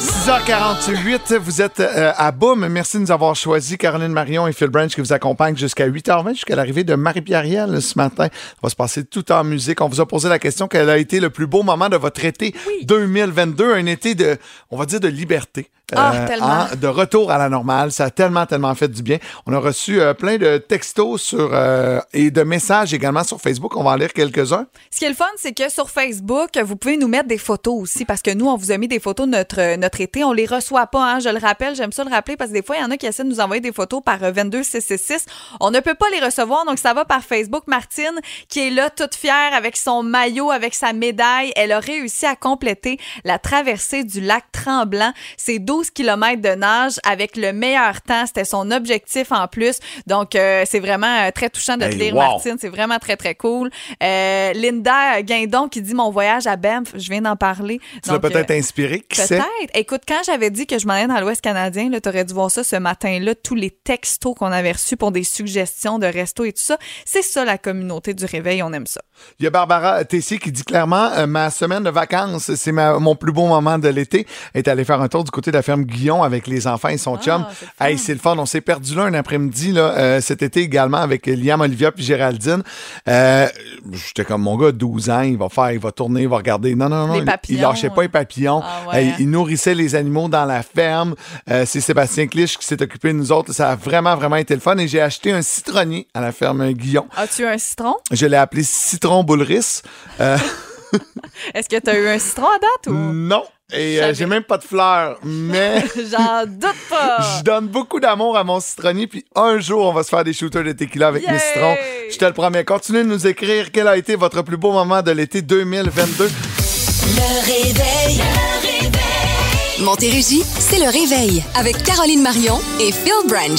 Speaker 1: 104.1.
Speaker 3: 6h48, vous êtes euh, à Boum. Merci de nous avoir choisi Caroline Marion et Phil Branch qui vous accompagnent jusqu'à 8h20, jusqu'à l'arrivée de Marie-Pierre Riel ce matin. On va se passer tout en musique. On vous a posé la question quel a été le plus beau moment de votre été 2022, un été de, on va dire, de liberté. Euh, hein,
Speaker 4: Ah, tellement.
Speaker 3: de retour à la normale. Ça a tellement, tellement fait du bien. On a reçu euh, plein de textos sur euh, et de messages également sur Facebook. On va en lire quelques-uns.
Speaker 4: Ce qui est le fun, c'est que sur Facebook, vous pouvez nous mettre des photos aussi, parce que nous, on vous a mis des photos de notre, euh, notre été. On les reçoit pas, hein, je le rappelle. J'aime ça le rappeler, parce que des fois, il y en a qui essaient de nous envoyer des photos par euh, 22666. On ne peut pas les recevoir, donc ça va par Facebook. Martine, qui est là toute fière avec son maillot, avec sa médaille, elle a réussi à compléter la traversée du lac Tremblant. C'est 12 km de nage avec le meilleur temps. C'était son objectif en plus. Donc, euh, c'est vraiment euh, très touchant de te
Speaker 3: Hey,
Speaker 4: lire,
Speaker 3: wow.
Speaker 4: Martine. Martine, C'est vraiment très, très cool. Euh, Linda Guindon qui dit Mon voyage à Banff, je viens d'en parler.
Speaker 3: Tu l'as
Speaker 4: Donc,
Speaker 3: peut-être
Speaker 4: euh,
Speaker 3: inspiré. Qui sait?
Speaker 4: Peut-être. Écoute, quand j'avais dit que je m'en allais dans l'Ouest canadien, tu aurais dû voir ça ce matin-là, tous les textos qu'on avait reçus pour des suggestions de restos et tout ça. C'est ça, la communauté du réveil, on aime ça.
Speaker 3: Il y a Barbara Tessier qui dit clairement euh, ma semaine de vacances, c'est ma- mon plus beau moment de l'été. Elle est allée faire un tour du côté de la la ferme Guillon avec les enfants et son chum.
Speaker 4: Ah, c'est le fun.
Speaker 3: Hey, c'est le fun. On s'est perdu là un après-midi là, euh, cet été également avec Liam, Olivia puis Géraldine. Euh, J'étais comme mon gars, 12 ans, il va faire, il va tourner, il va regarder. Non, non, non.
Speaker 4: Les
Speaker 3: il- Il
Speaker 4: papillons,
Speaker 3: lâchait pas
Speaker 4: hein.
Speaker 3: les papillons.
Speaker 4: Ah ouais,
Speaker 3: Euh,
Speaker 4: hein.
Speaker 3: il nourrissait les animaux dans la ferme. Euh, c'est Sébastien Clich qui s'est occupé de nous autres. Ça a vraiment, vraiment été le fun. Et j'ai acheté un citronnier à la ferme Guillon.
Speaker 4: As-tu eu un citron?
Speaker 3: Je l'ai appelé Citron Boulris.
Speaker 4: Est-ce que tu as eu un citron à date ou?
Speaker 3: Non. Et euh,
Speaker 4: J'avais-
Speaker 3: j'ai même pas de fleurs. Mais.
Speaker 4: J'en doute
Speaker 3: Je
Speaker 4: pas.
Speaker 3: donne beaucoup d'amour à mon citronnier, puis un jour, on va se faire des shooters de tequila avec mes
Speaker 4: Yay!
Speaker 3: citrons. Je te le promets. Continuez de nous écrire quel a été votre plus beau moment de l'été 2022.
Speaker 1: Le réveil. Montérégie, c'est le réveil avec Caroline Marion et Phil Branch.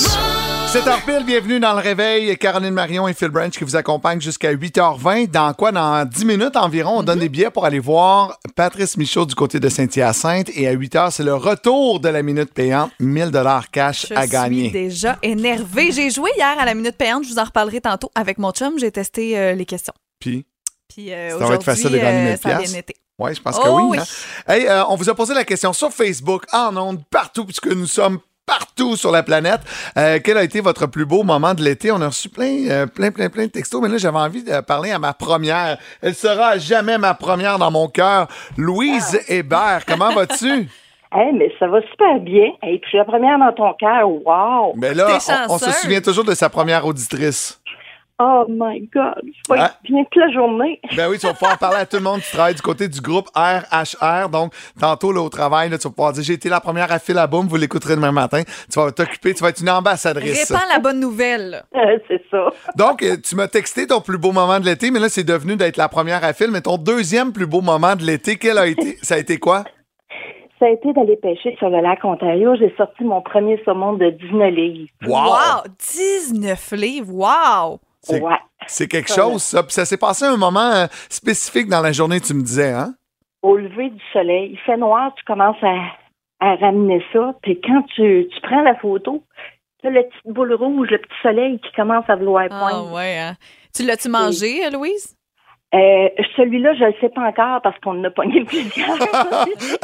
Speaker 3: C'est Arpil, bienvenue dans le réveil. Caroline Marion et Phil Branch qui vous accompagnent jusqu'à 8h20. Dans quoi? Dans 10 minutes environ, on donne
Speaker 4: Mhm.
Speaker 3: des billets pour aller voir Patrice Michaud du côté de Saint-Hyacinthe. Et à 8h, c'est le retour de la minute payante. 1000 dollars cash
Speaker 4: Je
Speaker 3: à
Speaker 4: suis
Speaker 3: gagner.
Speaker 4: déjà énervée. J'ai joué hier à la minute payante, je vous en reparlerai tantôt avec mon chum. J'ai testé euh, les questions.
Speaker 3: Puis,
Speaker 4: Puis euh,
Speaker 3: Ça va être
Speaker 4: aujourd'hui,
Speaker 3: facile de gagner
Speaker 4: euh,
Speaker 3: 1000
Speaker 4: ça a bien
Speaker 3: piastres.
Speaker 4: été.
Speaker 3: Ouais, je pense
Speaker 4: Oh
Speaker 3: que oui.
Speaker 4: oui.
Speaker 3: hein. Hey, euh, on vous a posé la question sur Facebook, en ondes, partout, puisque nous sommes partout sur la planète. Euh, quel a été votre plus beau moment de l'été? On a reçu plein, euh, plein, plein, plein de textos, mais là, j'avais envie de parler à ma première. Elle sera à jamais ma première dans mon cœur. Louise
Speaker 4: Ah.
Speaker 3: Hébert, comment vas-tu?
Speaker 7: Eh, mais ça va super bien. Et puis la première dans ton cœur, wow!
Speaker 3: Mais Ben là,
Speaker 4: T'es
Speaker 3: on, on se
Speaker 4: chanceuse.
Speaker 3: souvient toujours de sa première auditrice.
Speaker 7: Oh my God! Je vais
Speaker 3: Ah.
Speaker 7: être bien toute la journée.
Speaker 3: Ben oui, tu vas pouvoir parler à tout le monde qui travaille du côté du groupe RHR. Donc, tantôt, là, au travail, là, tu vas pouvoir dire, j'ai été la première à filer la boum, vous l'écouterez demain matin. Tu vas t'occuper, tu vas être une ambassadrice.
Speaker 4: Répands la bonne nouvelle.
Speaker 7: Euh, c'est ça.
Speaker 3: Donc, euh, tu m'as texté ton plus beau moment de l'été, mais là, c'est devenu d'être la première à filer. Mais ton deuxième plus beau moment de l'été, quel a été? Ça a été quoi?
Speaker 7: Ça a été d'aller pêcher sur le lac Ontario. J'ai sorti mon premier saumon de 19 livres.
Speaker 4: Wow! 19 livres, wow!
Speaker 3: C'est-
Speaker 7: Ouais.
Speaker 3: C'est quelque chose, ça. Puis ça s'est passé un moment euh, spécifique dans la journée, tu me disais, hein?
Speaker 7: Au lever du soleil, il fait noir, tu commences à, à ramener ça. Puis quand tu, tu prends la photo, tu as la petite boule rouge, le petit soleil qui commence à vouloir
Speaker 4: Ah
Speaker 7: poindre.
Speaker 4: ouais, hein. Tu l'as-tu mangé, euh, Louise?
Speaker 7: Euh, Celui-là, je le sais pas encore parce qu'on en a pogné plusieurs.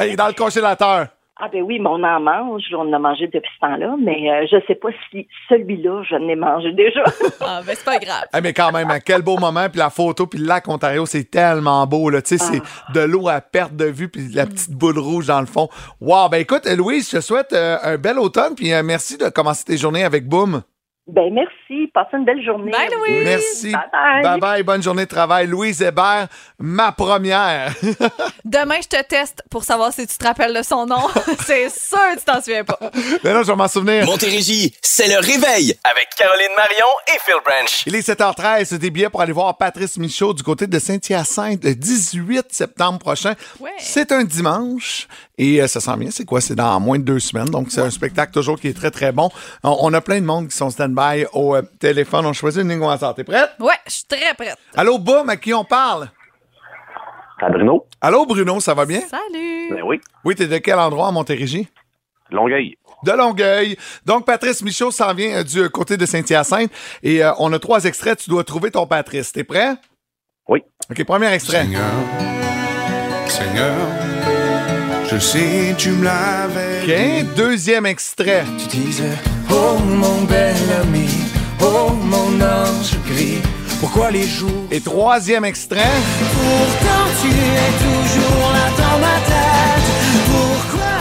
Speaker 3: Il est dans le congélateur.
Speaker 7: Ah ben oui, mais on en mange, on en a mangé depuis ce temps-là, mais euh, je sais pas si celui-là, je l'ai mangé déjà.
Speaker 4: Ah ben c'est pas grave.
Speaker 3: Eh, mais quand même, hein, quel beau moment, puis la photo, puis le lac Ontario, c'est tellement beau, là. Tu sais, c'est de l'eau à perte de vue, puis la petite boule rouge dans le fond. Wow! Ben écoute, euh, Louise, je te souhaite euh, un bel automne, puis euh, merci de commencer tes journées avec Boom.
Speaker 7: ben merci, passez une belle journée.
Speaker 4: Bye, Louise.
Speaker 3: Merci.
Speaker 7: Bye-bye.
Speaker 3: Bye-bye, bonne journée de travail. Louise Hébert, ma première.
Speaker 4: Demain, je te teste pour savoir si tu te rappelles de son nom. c'est sûr que tu t'en souviens pas.
Speaker 3: Mais Ben là, je vais m'en souvenir.
Speaker 5: Montérégie, c'est le réveil.
Speaker 6: Avec Caroline Marion et Phil Branch.
Speaker 3: Il est 7h13, des billets pour aller voir Patrice Michaud du côté de Saint-Hyacinthe le 18 septembre prochain.
Speaker 4: Ouais.
Speaker 3: C'est un dimanche et euh, ça sent bien. C'est quoi? C'est dans moins de deux semaines. Donc, c'est un spectacle toujours qui est très, très bon. On, on a plein de monde qui sont stand-by au euh, téléphone. On choisit une ligne au hasard. T'es prête?
Speaker 4: Ouais, je suis très prête.
Speaker 3: Allô, Boum, à qui on parle?
Speaker 8: À Bruno?
Speaker 3: Allô, Bruno, ça va bien?
Speaker 4: Salut!
Speaker 8: Ben oui.
Speaker 3: Oui, t'es de quel endroit à Montérégie?
Speaker 8: Longueuil.
Speaker 3: de Longueuil. Donc, Patrice Michaud s'en vient euh, du euh, côté de Saint-Hyacinthe. Et euh, on a trois extraits. Tu dois trouver ton Patrice. T'es prêt?
Speaker 8: Oui.
Speaker 3: OK, premier extrait.
Speaker 9: Seigneur, Seigneur, je sais tu me l'avais
Speaker 3: OK. Deuxième extrait.
Speaker 9: dit. Tu disais, oh mon bel ami, oh mon ange gris, pourquoi les jours...
Speaker 3: Et troisième extrait.
Speaker 9: Pourtant tu es toujours là dans ma tête, pourquoi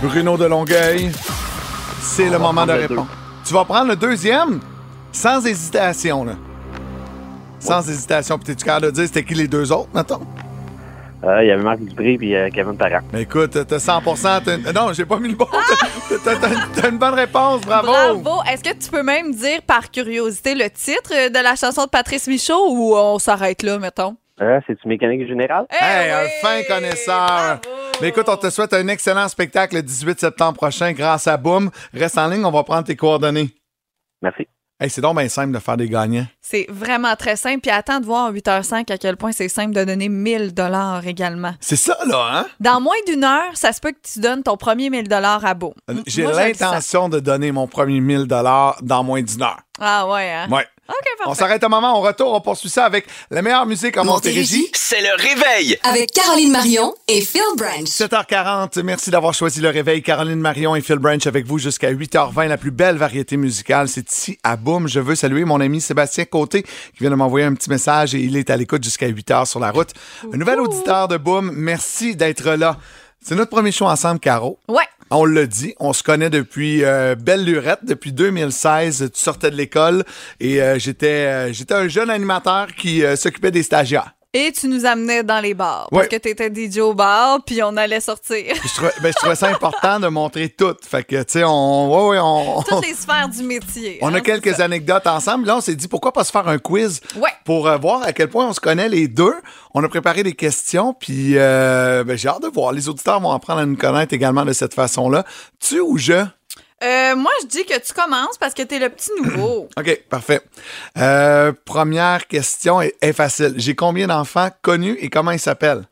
Speaker 9: il a...
Speaker 3: Bruno de Longueuil. C'est le moment de
Speaker 8: prendre le
Speaker 3: répondre. Tu vas prendre le deuxième sans hésitation, là. Sans hésitation. Puis t'es-tu capable de dire c'était qui les deux autres, mettons?
Speaker 8: Euh, Il y avait Marc Dupré puis euh, Kevin Parent.
Speaker 3: Mais écoute, t'as 100%. t'as une- Non, j'ai pas mis le bon.
Speaker 9: Ah!
Speaker 3: T'as- T'as t'as- t'as une bonne réponse,
Speaker 4: Bravo! Est-ce que tu peux même dire par curiosité le titre euh, de la chanson de Patrice Michaud ou on s'arrête là, mettons?
Speaker 8: Euh, C'est-tu mécanique générale?
Speaker 4: Eh
Speaker 3: Hey, un
Speaker 4: oui!
Speaker 3: fin connaisseur.
Speaker 4: Bravo!
Speaker 3: Mais écoute, on te souhaite un excellent spectacle le 18 septembre prochain grâce à Boom. Reste en ligne, on va prendre tes coordonnées.
Speaker 8: Merci.
Speaker 3: Hey, c'est donc bien simple de faire des gagnants.
Speaker 4: C'est vraiment très simple. Puis attends de voir en 8h05 à quel point c'est simple de donner 1000 dollars également.
Speaker 3: C'est ça, là, hein?
Speaker 4: Dans moins d'une heure, ça se peut que tu donnes ton premier 1000 dollars à beau.
Speaker 3: hein? J'ai
Speaker 4: Moi, je le sens.
Speaker 3: l'intention de donner mon premier 1000 dans moins d'une heure.
Speaker 4: Ah ouais, hein?
Speaker 3: Ouais.
Speaker 4: OK,
Speaker 3: On
Speaker 4: parfait.
Speaker 3: s'arrête un moment, on retourne, on poursuit ça avec la meilleure musique en Montérégie.
Speaker 5: C'est le réveil.
Speaker 1: Avec Caroline Marion et Phil Branch.
Speaker 3: 7h40, merci d'avoir choisi le réveil. Caroline Marion et Phil Branch avec vous jusqu'à 8h20. La plus belle variété musicale, c'est ici à Boom. Je veux saluer mon ami Sébastien Côté qui vient de m'envoyer un petit message et il est à l'écoute jusqu'à 8h sur la route. Un nouvel auditeur de Boom, merci d'être là. C'est notre premier show ensemble, Caro.
Speaker 4: Ouais.
Speaker 3: On le dit, on se connaît depuis euh, belle lurette, depuis 2016. Tu sortais de l'école et euh, j'étais euh, j'étais un jeune animateur qui euh, s'occupait des stagiaires.
Speaker 4: Et tu nous amenais dans les bars. Parce
Speaker 3: Ouais.
Speaker 4: que t'étais DJ au bar, puis on allait sortir.
Speaker 3: Puis Je trouvais, ben, je trouvais ça important de montrer tout. Fait que, tu sais, on, ouais, ouais, on,
Speaker 4: Toutes les sphères du métier.
Speaker 3: on
Speaker 4: hein,
Speaker 3: a
Speaker 4: c'est
Speaker 3: quelques
Speaker 4: ça.
Speaker 3: anecdotes ensemble. Là, on s'est dit pourquoi pas se faire un quiz
Speaker 4: Ouais.
Speaker 3: pour euh, voir à quel point on se connaît les deux. On a préparé des questions, puis euh, ben, j'ai hâte de voir. Les auditeurs vont apprendre à nous connaître également de cette façon-là. Tu ou je?
Speaker 4: Euh, moi, je dis que tu commences parce que t'es le petit nouveau.
Speaker 3: OK, parfait. Euh, première question est, est facile. J'ai combien d'enfants connus et comment ils s'appellent?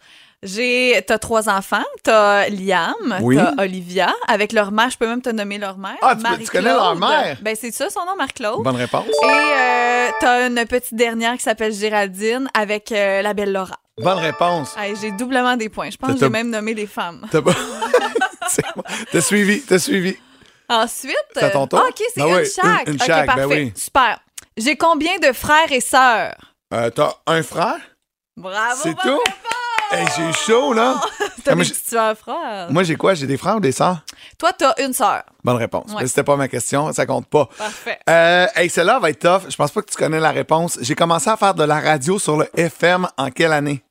Speaker 4: J'ai, t'as trois enfants. T'as Liam,
Speaker 3: Oui.
Speaker 4: t'as Olivia. Avec leur mère, je peux même te nommer leur mère.
Speaker 3: Ah, tu peux- tu connais leur
Speaker 4: Marie-Claude.
Speaker 3: mère?
Speaker 4: Ben, c'est ça, son nom, Marie-Claude.
Speaker 3: Bonne réponse.
Speaker 4: Et euh, t'as une petite dernière qui s'appelle Géraldine avec euh, la belle Laura.
Speaker 3: Bonne réponse.
Speaker 4: Hey, j'ai doublement des points. Je pense que
Speaker 3: T'as-
Speaker 4: j'ai même nommé des femmes.
Speaker 3: T'as pas- C'est bon. T'as suivi, t'as suivi.
Speaker 4: Ensuite.
Speaker 3: C'est à ton
Speaker 4: euh,
Speaker 3: tour?
Speaker 4: ah, OK, c'est
Speaker 3: Ben
Speaker 4: une
Speaker 3: oui,
Speaker 4: chaque.
Speaker 3: une- une
Speaker 4: OK,
Speaker 3: chaque, ben
Speaker 4: parfait.
Speaker 3: oui.
Speaker 4: Super. J'ai combien de frères et sœurs?
Speaker 3: Euh, T'as un frère?
Speaker 4: Bravo,
Speaker 3: C'est
Speaker 4: bonne
Speaker 3: tout?
Speaker 4: réponse!
Speaker 3: Hey, Oh! j'ai eu chaud, là.
Speaker 4: T'as
Speaker 3: Ah, moi,
Speaker 4: des
Speaker 3: j'ai-
Speaker 4: petits sœurs, frères.
Speaker 3: Moi, j'ai quoi? J'ai des frères ou des sœurs?
Speaker 4: Toi, t'as une sœur.
Speaker 3: Bonne réponse.
Speaker 4: Ouais.
Speaker 3: Mais C'était pas ma question, ça compte pas.
Speaker 4: Parfait.
Speaker 3: Euh, hey, celle-là va être tough. Je pense pas que tu connais la réponse. J'ai commencé à faire de la radio sur le FM en quelle année?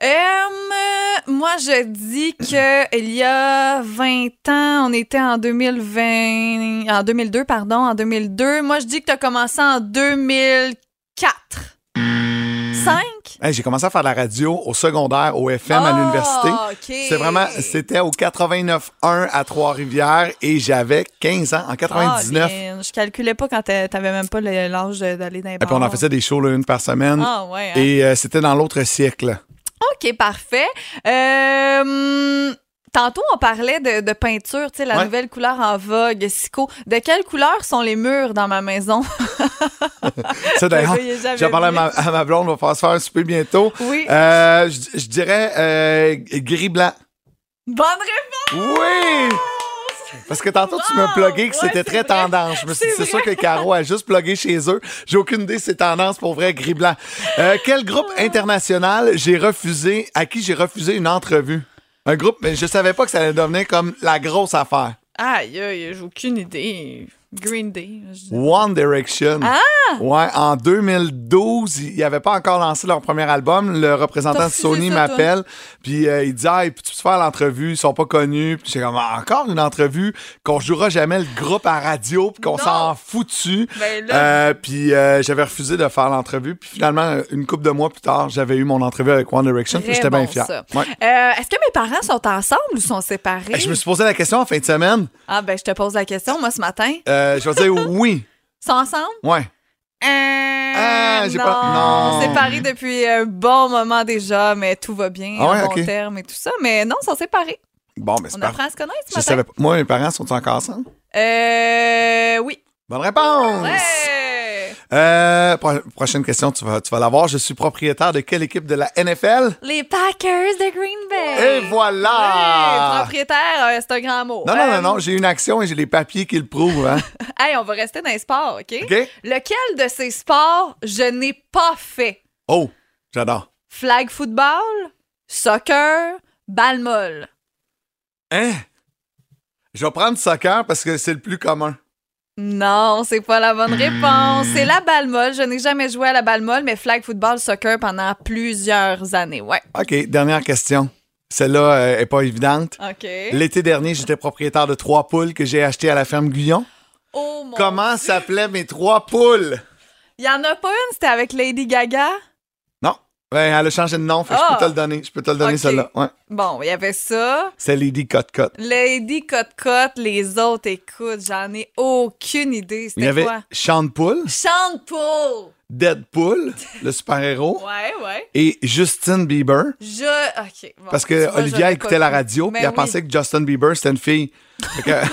Speaker 4: Euh, euh, moi, je dis que il y a 20 ans, on était en 2020, en 2002, pardon, en 2002. Moi, je dis que t'as commencé en 2004. 5?
Speaker 3: Hey, j'ai commencé à faire de la radio au secondaire, au FM,
Speaker 4: Ah,
Speaker 3: à l'université. C'est vraiment, c'était au 89.1 à Trois-Rivières et j'avais 15 ans en 99.
Speaker 4: Ah, man, je calculais pas quand t'a- t'avais même pas le- l'âge de- d'aller dans les
Speaker 3: et puis on en
Speaker 4: bars.
Speaker 3: faisait des shows là, une par semaine.
Speaker 4: Ah, ouais. hein.
Speaker 3: Et euh, c'était dans l'autre siècle.
Speaker 4: OK, parfait. Euh, Tantôt, on parlait de, de peinture, tu sais, la
Speaker 3: Ouais.
Speaker 4: nouvelle couleur en vogue, Sico. De quelle couleur sont les murs dans ma maison?
Speaker 3: Ça d'ailleurs,
Speaker 4: Je voyais jamais
Speaker 3: j'ai parlé à ma,
Speaker 4: venir.
Speaker 3: à ma blonde, on va se faire un souper bientôt.
Speaker 4: Oui.
Speaker 3: Euh, je, je dirais euh, gris-blanc.
Speaker 4: Bonne réponse!
Speaker 3: Oui! Parce que tantôt, tu m'as
Speaker 4: Wow!
Speaker 3: plugué que
Speaker 4: Ouais,
Speaker 3: c'était
Speaker 4: c'est
Speaker 3: très
Speaker 4: vrai.
Speaker 3: tendance. Je me suis dit,
Speaker 4: C'est
Speaker 3: c'est sûr que Caro a juste plugué chez eux. J'ai aucune idée si c'est tendance pour vrai, gris-blanc. Euh, quel groupe international j'ai refusé, à qui j'ai refusé une entrevue? Un groupe, mais je savais pas que ça allait devenir comme la grosse affaire.
Speaker 4: Aïe, aïe, j'ai aucune idée. Green Day. je dis.
Speaker 3: One Direction. Ah! Ouais, en 2012, ils n'avaient pas encore lancé leur premier album. Le représentant
Speaker 4: T'as
Speaker 3: de
Speaker 4: refusé
Speaker 3: Sony
Speaker 4: ça,
Speaker 3: m'appelle, puis euh, il dit Hey, peux-tu faire l'entrevue Ils sont pas connus. Puis j'ai comme encore une entrevue qu'on jouera jamais le groupe à radio, puis qu'on
Speaker 4: Non.
Speaker 3: s'en fout dessus.
Speaker 4: Ben là.
Speaker 3: Euh, puis euh, j'avais refusé de faire l'entrevue. Puis finalement, une couple de mois plus tard, j'avais eu mon entrevue avec One Direction, puis
Speaker 4: Très
Speaker 3: j'étais
Speaker 4: bon,
Speaker 3: bien fier.
Speaker 4: ça.
Speaker 3: Ouais. Eh,
Speaker 4: Euh, Est-ce que mes parents sont ensemble ou sont séparés?
Speaker 3: Je me suis posé la question en fin de semaine.
Speaker 4: Ah, ben, je te pose la question, moi, ce matin.
Speaker 3: Euh, je vais dire oui.
Speaker 4: Sont ensemble?
Speaker 3: Ouais.
Speaker 4: Euh,
Speaker 3: Ah, j'ai
Speaker 4: non.
Speaker 3: pas- non.
Speaker 4: Séparés depuis un bon moment déjà, mais tout va bien,
Speaker 3: Ah ouais,
Speaker 4: en bon
Speaker 3: ok.
Speaker 4: terme et tout ça. Mais non, ils sont séparés.
Speaker 3: Bon, mais c'est
Speaker 4: On
Speaker 3: pas.
Speaker 4: apprend à se connaître ce
Speaker 3: Je
Speaker 4: matin.
Speaker 3: savais pas. Moi, mes parents sont encore ensemble.
Speaker 4: Euh, oui.
Speaker 3: Bonne réponse!
Speaker 4: Ouais.
Speaker 3: Euh, pro- prochaine question, tu vas, tu vas l'avoir. Je suis propriétaire de quelle équipe de la NFL?
Speaker 4: Les Packers de Green Bay.
Speaker 3: Et voilà!
Speaker 4: Ouais, propriétaire, euh, c'est un grand mot.
Speaker 3: non, non,
Speaker 4: Euh,
Speaker 3: non, non, j'ai une action et j'ai les papiers qui le prouvent. Hein?
Speaker 4: Hey, on va rester dans les sports, OK?
Speaker 3: OK?
Speaker 4: Lequel de ces sports je n'ai pas fait?
Speaker 3: Oh, j'adore.
Speaker 4: Flag football, soccer, balle molle.
Speaker 3: Hein? Je vais prendre soccer parce que c'est le plus commun.
Speaker 4: Non, c'est pas la bonne réponse. C'est
Speaker 3: Hmm.
Speaker 4: la balle molle. Je n'ai jamais joué à la balle molle, mais flag football, soccer pendant plusieurs années. Ouais.
Speaker 3: OK, dernière question. Celle-là euh, est pas évidente.
Speaker 4: OK.
Speaker 3: L'été dernier, j'étais propriétaire de trois poules que j'ai achetées à la ferme Guyon.
Speaker 4: Oh mon.
Speaker 3: Comment s'appelaient mes trois poules?
Speaker 4: Il y en a pas une, c'était avec Lady Gaga.
Speaker 3: Non. Ben, elle a changé de nom, fait que je
Speaker 4: Ah.
Speaker 3: peux te le donner. Je peux te le donner,
Speaker 4: OK.
Speaker 3: celle-là. Ouais.
Speaker 4: Bon, il y avait ça.
Speaker 3: C'est Lady Cut Cut.
Speaker 4: Lady Cote Cote, les autres, écoute, j'en ai aucune idée.
Speaker 3: Il y
Speaker 4: C'était
Speaker 3: avait
Speaker 4: quoi?
Speaker 3: Sean Poole,
Speaker 4: Chante Paul.
Speaker 3: Deadpool, le super-héros,
Speaker 4: Ouais, ouais.
Speaker 3: et Justin Bieber.
Speaker 4: Je. OK. bon,
Speaker 3: Parce
Speaker 4: tu
Speaker 3: que
Speaker 4: vois, je
Speaker 3: Olivia
Speaker 4: l'ai
Speaker 3: écoutait
Speaker 4: pas
Speaker 3: la
Speaker 4: vu.
Speaker 3: radio,
Speaker 4: Ben
Speaker 3: puis elle
Speaker 4: oui.
Speaker 3: pensait que Justin Bieber, c'était une fille. Fait que-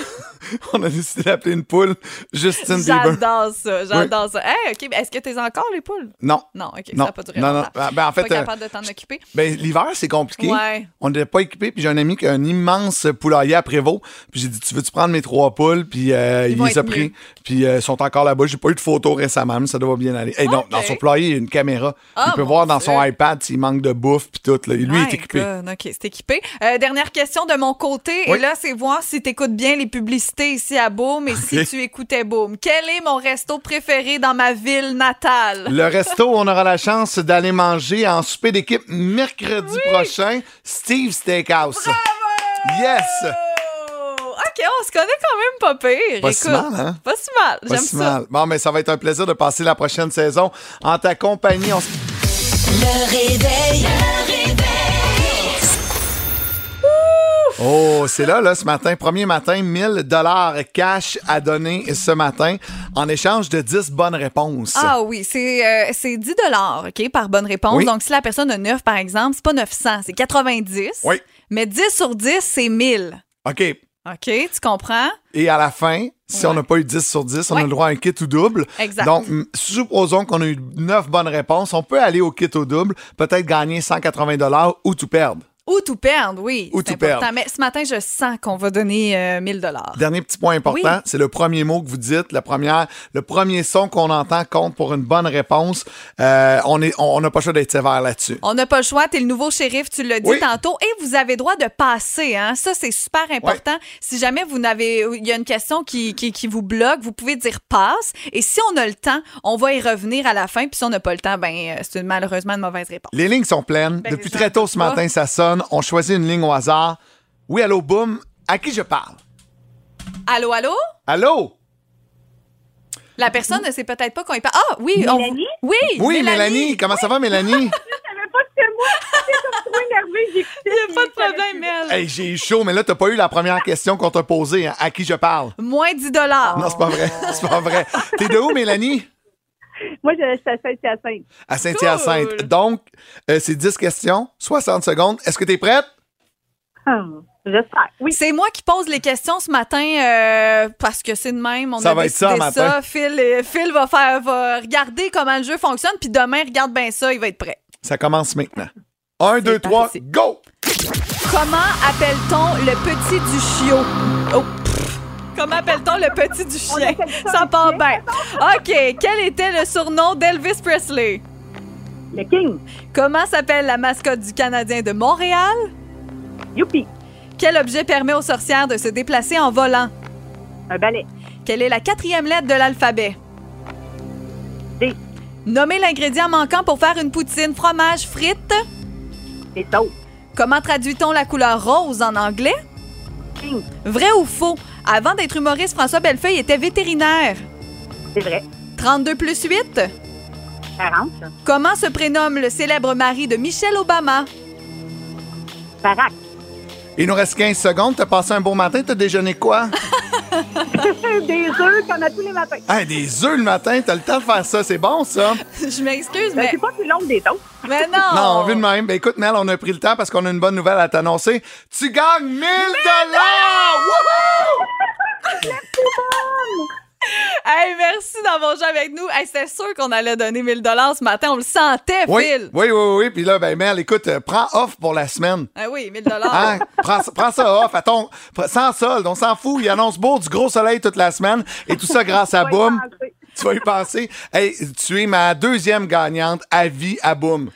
Speaker 3: on a décidé d'appeler une poule Justin Bieber.
Speaker 4: J'adore ça, j'adore ça. Hey, OK, ben, est-ce que t'es encore les poules?
Speaker 3: Non.
Speaker 4: Non, OK,
Speaker 3: Non.
Speaker 4: ça n'a pas duré
Speaker 3: Non, non.
Speaker 4: longtemps.
Speaker 3: Ben, ben, en fait,
Speaker 4: pas
Speaker 3: euh,
Speaker 4: capable de t'en occuper.
Speaker 3: Ben, l'hiver, c'est compliqué.
Speaker 4: Ouais.
Speaker 3: On n'était pas équipé, puis j'ai un ami qui a un immense poulailler à Prévost. Puis j'ai dit, tu veux-tu prendre mes trois poules? Puis euh,
Speaker 4: Ils
Speaker 3: il
Speaker 4: vont
Speaker 3: les a
Speaker 4: être
Speaker 3: pris.
Speaker 4: mieux.
Speaker 3: Puis euh, ils sont encore là-bas. J'ai pas eu de photos récemment, mais ça doit bien aller. Et non,
Speaker 4: Ok.
Speaker 3: dans son poulailler, il y a une caméra.
Speaker 4: Ah,
Speaker 3: il peut
Speaker 4: mon
Speaker 3: voir dans son
Speaker 4: Dieu.
Speaker 3: iPad s'il manque de bouffe, puis tout. là. Lui, il
Speaker 4: My
Speaker 3: est équipé.
Speaker 4: God, OK, c'est équipé. Euh, dernière question de mon côté.
Speaker 3: Oui.
Speaker 4: Et là, c'est voir si tu écoutes bien les publicités ici à Boom et si tu écoutais Boom. Quel est mon resto préféré dans ma ville natale?
Speaker 3: Le resto, on aura la chance d'aller manger en souper d'équipe mercredi prochain. Steve Steakhouse. Yes!
Speaker 4: Oh, OK, on se connaît quand même pas pire.
Speaker 3: Pas si
Speaker 4: Écoute,
Speaker 3: mal, hein?
Speaker 4: Pas si mal.
Speaker 3: Pas
Speaker 4: J'aime
Speaker 3: si
Speaker 4: ça.
Speaker 3: mal. Bon, mais ça va être un plaisir de passer la prochaine saison en ta compagnie. On se
Speaker 1: Le réveil.
Speaker 3: Oh, c'est là, là, ce matin. Premier matin, 1000 dollars cash à donner ce matin en échange de 10 bonnes réponses.
Speaker 4: Ah oui, c'est euh, c'est 10 OK, par bonne réponse.
Speaker 3: Oui.
Speaker 4: Donc, si la personne a 9, par exemple, c'est pas 900, c'est 90.
Speaker 3: Oui.
Speaker 4: Mais 10 sur 10, c'est 1000.
Speaker 3: OK.
Speaker 4: OK, tu comprends?
Speaker 3: Et à la fin, si
Speaker 4: Ouais.
Speaker 3: on n'a pas eu 10 sur 10, on a
Speaker 4: Ouais.
Speaker 3: le droit à un kit ou double.
Speaker 4: Exact.
Speaker 3: Donc, mm, supposons qu'on a eu 9 bonnes réponses. On peut aller au kit ou double, peut-être gagner 180 dollars ou tout perdre.
Speaker 4: Ou tout perdre, oui.
Speaker 3: Ou
Speaker 4: c'est
Speaker 3: tout perdre.
Speaker 4: important. Mais ce matin, je sens qu'on va donner euh, 1000 dollars.
Speaker 3: Dernier petit point important,
Speaker 4: Oui.
Speaker 3: c'est le premier mot que vous dites, la première, le premier son qu'on entend compte pour une bonne réponse. Euh, on est- on on n'a pas le choix d'être sévère là-dessus.
Speaker 4: On n'a pas le choix, t'es le nouveau shérif, tu l'as dit
Speaker 3: Oui.
Speaker 4: tantôt, et vous avez droit de passer, hein. Ça, c'est super important. Si jamais vous n'avez, il y a une question qui, qui, qui vous bloque, vous pouvez dire passe, et si on a le temps, on va y revenir à la fin, puis si on n'a pas le temps, ben, euh, c'est malheureusement une mauvaise réponse.
Speaker 3: Les lignes sont pleines.
Speaker 4: Ben,
Speaker 3: Depuis
Speaker 4: les gens
Speaker 3: très tôt ce
Speaker 4: peuvent pas.
Speaker 3: matin, ça sonne. On choisit une ligne au hasard. Oui, allô, boum. À qui je parle?
Speaker 4: Allô, allô?
Speaker 3: Allô?
Speaker 4: La personne ne sait peut-être pas qu'on y parle. Ah, oui. on-
Speaker 7: Mélanie?
Speaker 4: Oui,
Speaker 3: Oui, Mélanie. Comment ça va, Mélanie?
Speaker 7: Je savais pas que c'était moi. J'étais comme trop énervée. J'écoutais.
Speaker 4: Il n'y a pas de problème, Mel.
Speaker 3: hey, j'ai eu chaud, mais là, t'as pas eu la première question qu'on t'a posée. hein. À qui je parle?
Speaker 4: Moins 10 dollars.
Speaker 3: Non, c'est pas vrai. C'est pas vrai. T'es de où, Mélanie?
Speaker 7: Moi, je suis à Saint-Hyacinthe.
Speaker 3: À Saint-Hyacinthe. Donc, euh, c'est 10 questions, 60 secondes. Est-ce que t'es prête?
Speaker 7: Hum, J'espère. Oui.
Speaker 4: C'est moi qui pose les questions ce matin euh, parce que c'est de même. On
Speaker 3: Ça
Speaker 4: a
Speaker 3: va être
Speaker 4: décidé
Speaker 3: ça, matin.
Speaker 4: Phil, euh, Phil va, faire, va regarder comment le jeu fonctionne, puis demain, regarde bien ça, il va être prêt.
Speaker 3: Ça commence maintenant. 1, 2, 3,
Speaker 4: parti.
Speaker 3: go!
Speaker 4: Comment appelle-t-on le petit du chiot? Oh, pff. Comment appelle-t-on le petit du chien? Ça part bien. OK. Quel était le surnom d'Elvis Presley?
Speaker 7: Le King.
Speaker 4: Comment s'appelle la mascotte du Canadien de Montréal?
Speaker 7: Youpi.
Speaker 4: Quel objet permet aux sorcières de se déplacer en volant?
Speaker 7: Un balai.
Speaker 4: Quelle est la quatrième lettre de l'alphabet?
Speaker 7: D.
Speaker 4: Nommez l'ingrédient manquant pour faire une poutine, fromage, frites.
Speaker 7: Des sauces.
Speaker 4: Comment traduit-on la couleur rose en anglais?
Speaker 7: King.
Speaker 4: Vrai ou faux? Avant d'être humoriste, François Bellefeuille était vétérinaire.
Speaker 7: C'est vrai.
Speaker 4: 32 plus 8.
Speaker 7: 40.
Speaker 4: Comment se prénomme le célèbre mari de Michelle Obama?
Speaker 7: Baraque.
Speaker 3: Il nous reste 15 secondes. T'as passé un beau matin. T'as déjeuné quoi?
Speaker 7: Des œufs qu'on a tous les matins.
Speaker 3: Hey, des œufs le matin. T'as le temps de faire ça. C'est bon, ça?
Speaker 4: Je m'excuse,
Speaker 7: Ben,
Speaker 4: mais,
Speaker 7: c'est pas plus long que des autres.
Speaker 4: mais non!
Speaker 7: Oh.
Speaker 3: Non, on vit de même. Ben écoute, Mel, on a pris le temps parce qu'on a une bonne nouvelle à t'annoncer. Tu gagnes 1000 dollars! Wouhou!
Speaker 4: Hey, merci d'avoir joué avec nous. Hey, C'était sûr qu'on allait donner 1000 ce matin. On le sentait,
Speaker 3: Oui,
Speaker 4: Phil.
Speaker 3: oui, oui, oui. Puis là, ben Mel, écoute, euh, prends off pour la semaine.
Speaker 4: Ah oui, 1000
Speaker 3: Hein? prends, prends ça off, à ton- pr- sans solde, on s'en fout. Il annonce beau du gros soleil toute la semaine et tout ça grâce à Boom.
Speaker 7: penser.
Speaker 3: Tu vas y penser. Hey, tu es ma deuxième gagnante à vie à Boom.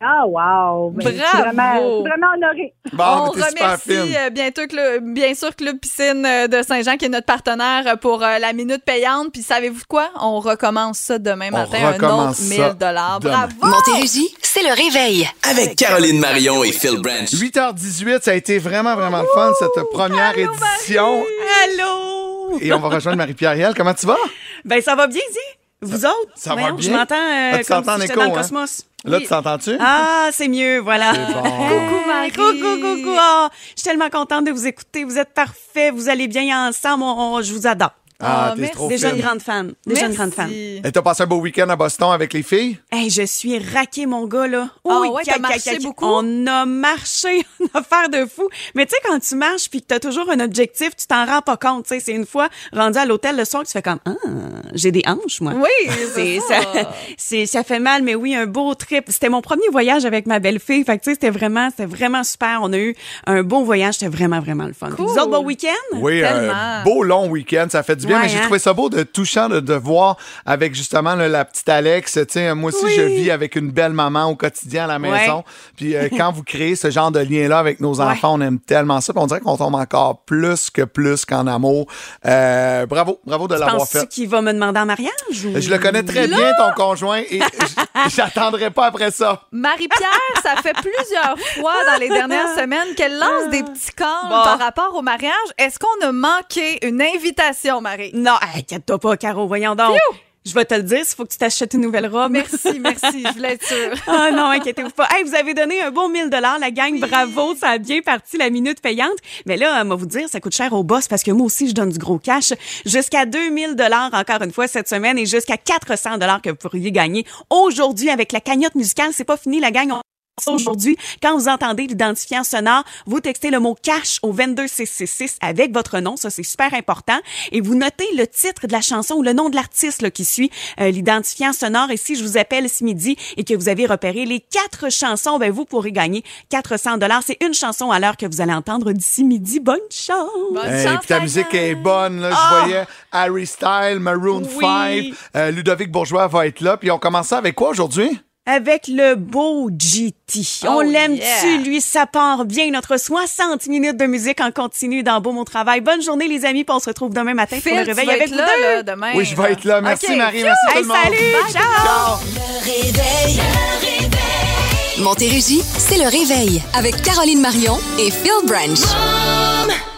Speaker 7: Ah, wow. Ben, Je suis
Speaker 4: Bravo.
Speaker 7: vraiment, je suis vraiment honorée.
Speaker 3: Bon,
Speaker 4: on
Speaker 3: Ah, mais t'es super
Speaker 4: remercie
Speaker 3: fine.
Speaker 4: euh, bientôt Clu- bien sûr Club Piscine euh, de Saint-Jean qui est notre partenaire euh, pour euh, la minute payante. Puis savez-vous quoi? On recommence ça demain
Speaker 3: On
Speaker 4: matin, un
Speaker 3: recommence
Speaker 4: autre
Speaker 3: ça
Speaker 4: 1000 dollars.
Speaker 3: demain.
Speaker 4: Bravo!
Speaker 1: Montérégie, c'est le réveil.
Speaker 5: Avec Caroline Marion et Phil Branch.
Speaker 10: euh,
Speaker 3: 8h18, ça a été vraiment, vraiment le fun, cette première édition.
Speaker 10: Allô?
Speaker 3: Et on va rejoindre Marie-Pierre Riel. Comment tu vas?
Speaker 10: Ben, ça va bien, dis? Vous autres?
Speaker 3: ça va
Speaker 10: Voyons,
Speaker 3: bien.
Speaker 10: Je m'entends euh,
Speaker 3: Ah, tu
Speaker 10: comme
Speaker 3: t'entends en
Speaker 10: si j'étais
Speaker 3: écho,
Speaker 10: dans le
Speaker 3: hein?
Speaker 10: cosmos.
Speaker 3: Là,
Speaker 10: Oui.
Speaker 3: tu t'entends-tu?
Speaker 10: Ah, c'est mieux, voilà.
Speaker 3: bon.
Speaker 10: Coucou,
Speaker 4: Marie.
Speaker 10: Coucou, coucou. Ah, je suis tellement contente de vous écouter. Vous êtes parfaits. Vous allez bien ensemble. On- on- je vous adore.
Speaker 3: Ah,
Speaker 4: Ah,
Speaker 3: t'es
Speaker 4: merci.
Speaker 3: trop
Speaker 10: Déjà
Speaker 3: fine.
Speaker 10: une grande fan. Déjà une grande fan.
Speaker 4: Merci.
Speaker 3: Et t'as passé un beau week-end à Boston avec les filles?
Speaker 10: Hey, je suis raqué, mon gars, là.
Speaker 4: Ah
Speaker 10: Oui,
Speaker 4: ouais,
Speaker 10: cac,
Speaker 4: t'as
Speaker 10: cac,
Speaker 4: marché
Speaker 10: cac.
Speaker 4: beaucoup?
Speaker 10: On a marché, une affaire de fou. Mais tu sais, quand tu marches puis que t'as toujours un objectif, tu t'en rends pas compte. Tu sais, c'est une fois rendu à l'hôtel le soir que tu fais comme, ah, j'ai des hanches, moi.
Speaker 4: Oui, c'est
Speaker 10: C'est-
Speaker 4: ça.
Speaker 10: ça, c'est- ça fait mal, mais oui, un beau trip. C'était mon premier voyage avec ma belle-fille. Fait que, tu sais, c'était vraiment, c'était vraiment super. On a eu un bon voyage. C'était vraiment, vraiment le fun. Puis Vous
Speaker 4: Cool.
Speaker 10: autres, bon week-end?
Speaker 3: Oui, un
Speaker 4: tellement.
Speaker 3: beau long week-end, ça fait du bien,
Speaker 10: Ouais,
Speaker 3: mais j'ai
Speaker 10: hein.
Speaker 3: trouvé ça beau de touchant de, de voir avec justement là, la petite Alex. Tu sais, moi aussi, je vis avec une belle maman au quotidien à la maison. Puis euh, quand vous créez ce genre de lien-là avec nos enfants, on aime tellement ça. Puis on dirait qu'on tombe encore plus que plus qu'en amour. Euh, bravo, bravo de l'avoir
Speaker 10: Penses-tu
Speaker 3: fait. Euh,
Speaker 10: qu'il va me demander en mariage? ou-
Speaker 3: Je le connais très bien, ton conjoint, et j- j'attendrai pas après ça.
Speaker 4: Marie-Pierre, ça fait plusieurs fois dans les dernières semaines qu'elle lance des petits calls
Speaker 10: Bon.
Speaker 4: par rapport au mariage. Est-ce qu'on a manqué une invitation, Marie?
Speaker 10: Non, inquiète-toi pas, Caro, voyons donc.
Speaker 4: Piou!
Speaker 10: Je vais te le dire, il faut que tu t'achètes une nouvelle robe.
Speaker 4: Merci, merci, je voulais être sûre.
Speaker 10: Ah non, inquiétez-vous pas. Hey, vous avez donné un bon 1000 dollars la gang, bravo, ça a bien parti la minute payante. Mais là, moi vous dire, ça coûte cher au boss parce que moi aussi je donne du gros cash, jusqu'à 2000 dollars encore une fois cette semaine et jusqu'à 400 dollars que vous pourriez gagner aujourd'hui avec la cagnotte musicale, c'est pas fini la gang. on Aujourd'hui, quand vous entendez l'identifiant sonore, vous textez le mot cash au 22666 avec votre nom, ça c'est super important, et vous notez le titre de la chanson ou le nom de l'artiste là, qui suit euh, l'identifiant sonore. Et si je vous appelle ce midi et que vous avez repéré les quatre chansons, ben vous pourrez gagner 400 dollars. C'est une chanson à l'heure que vous allez entendre d'ici midi. Bonne chance.
Speaker 4: Bonne
Speaker 3: Hey,
Speaker 4: chance,
Speaker 3: puis ta
Speaker 4: la
Speaker 3: musique
Speaker 4: gang.
Speaker 3: est bonne. Là. Je voyais Harry Style, Maroon
Speaker 10: Ah! Oui.
Speaker 3: 5, euh, Ludovic Bourgeois va être là. Puis on commence ça avec quoi aujourd'hui?
Speaker 10: avec le beau GT.
Speaker 4: Oh,
Speaker 10: On l'aime-tu,
Speaker 4: yeah.
Speaker 10: lui? Ça part bien notre 60 minutes de musique en continu dans Beau Mon Travail. Bonne journée, les amis, puis on se retrouve demain matin
Speaker 4: Phil,
Speaker 10: pour le
Speaker 4: tu
Speaker 10: réveil
Speaker 4: vas
Speaker 10: avec
Speaker 4: être
Speaker 10: vous
Speaker 4: là,
Speaker 10: deux.
Speaker 4: là, demain.
Speaker 3: Oui, je vais être là. Merci
Speaker 4: Ok.
Speaker 3: Marie, merci tout
Speaker 10: Hey,
Speaker 3: le monde.
Speaker 10: salut! ciao.
Speaker 1: Le réveil. Montérégie, c'est le réveil avec Caroline Marion et Phil Branch.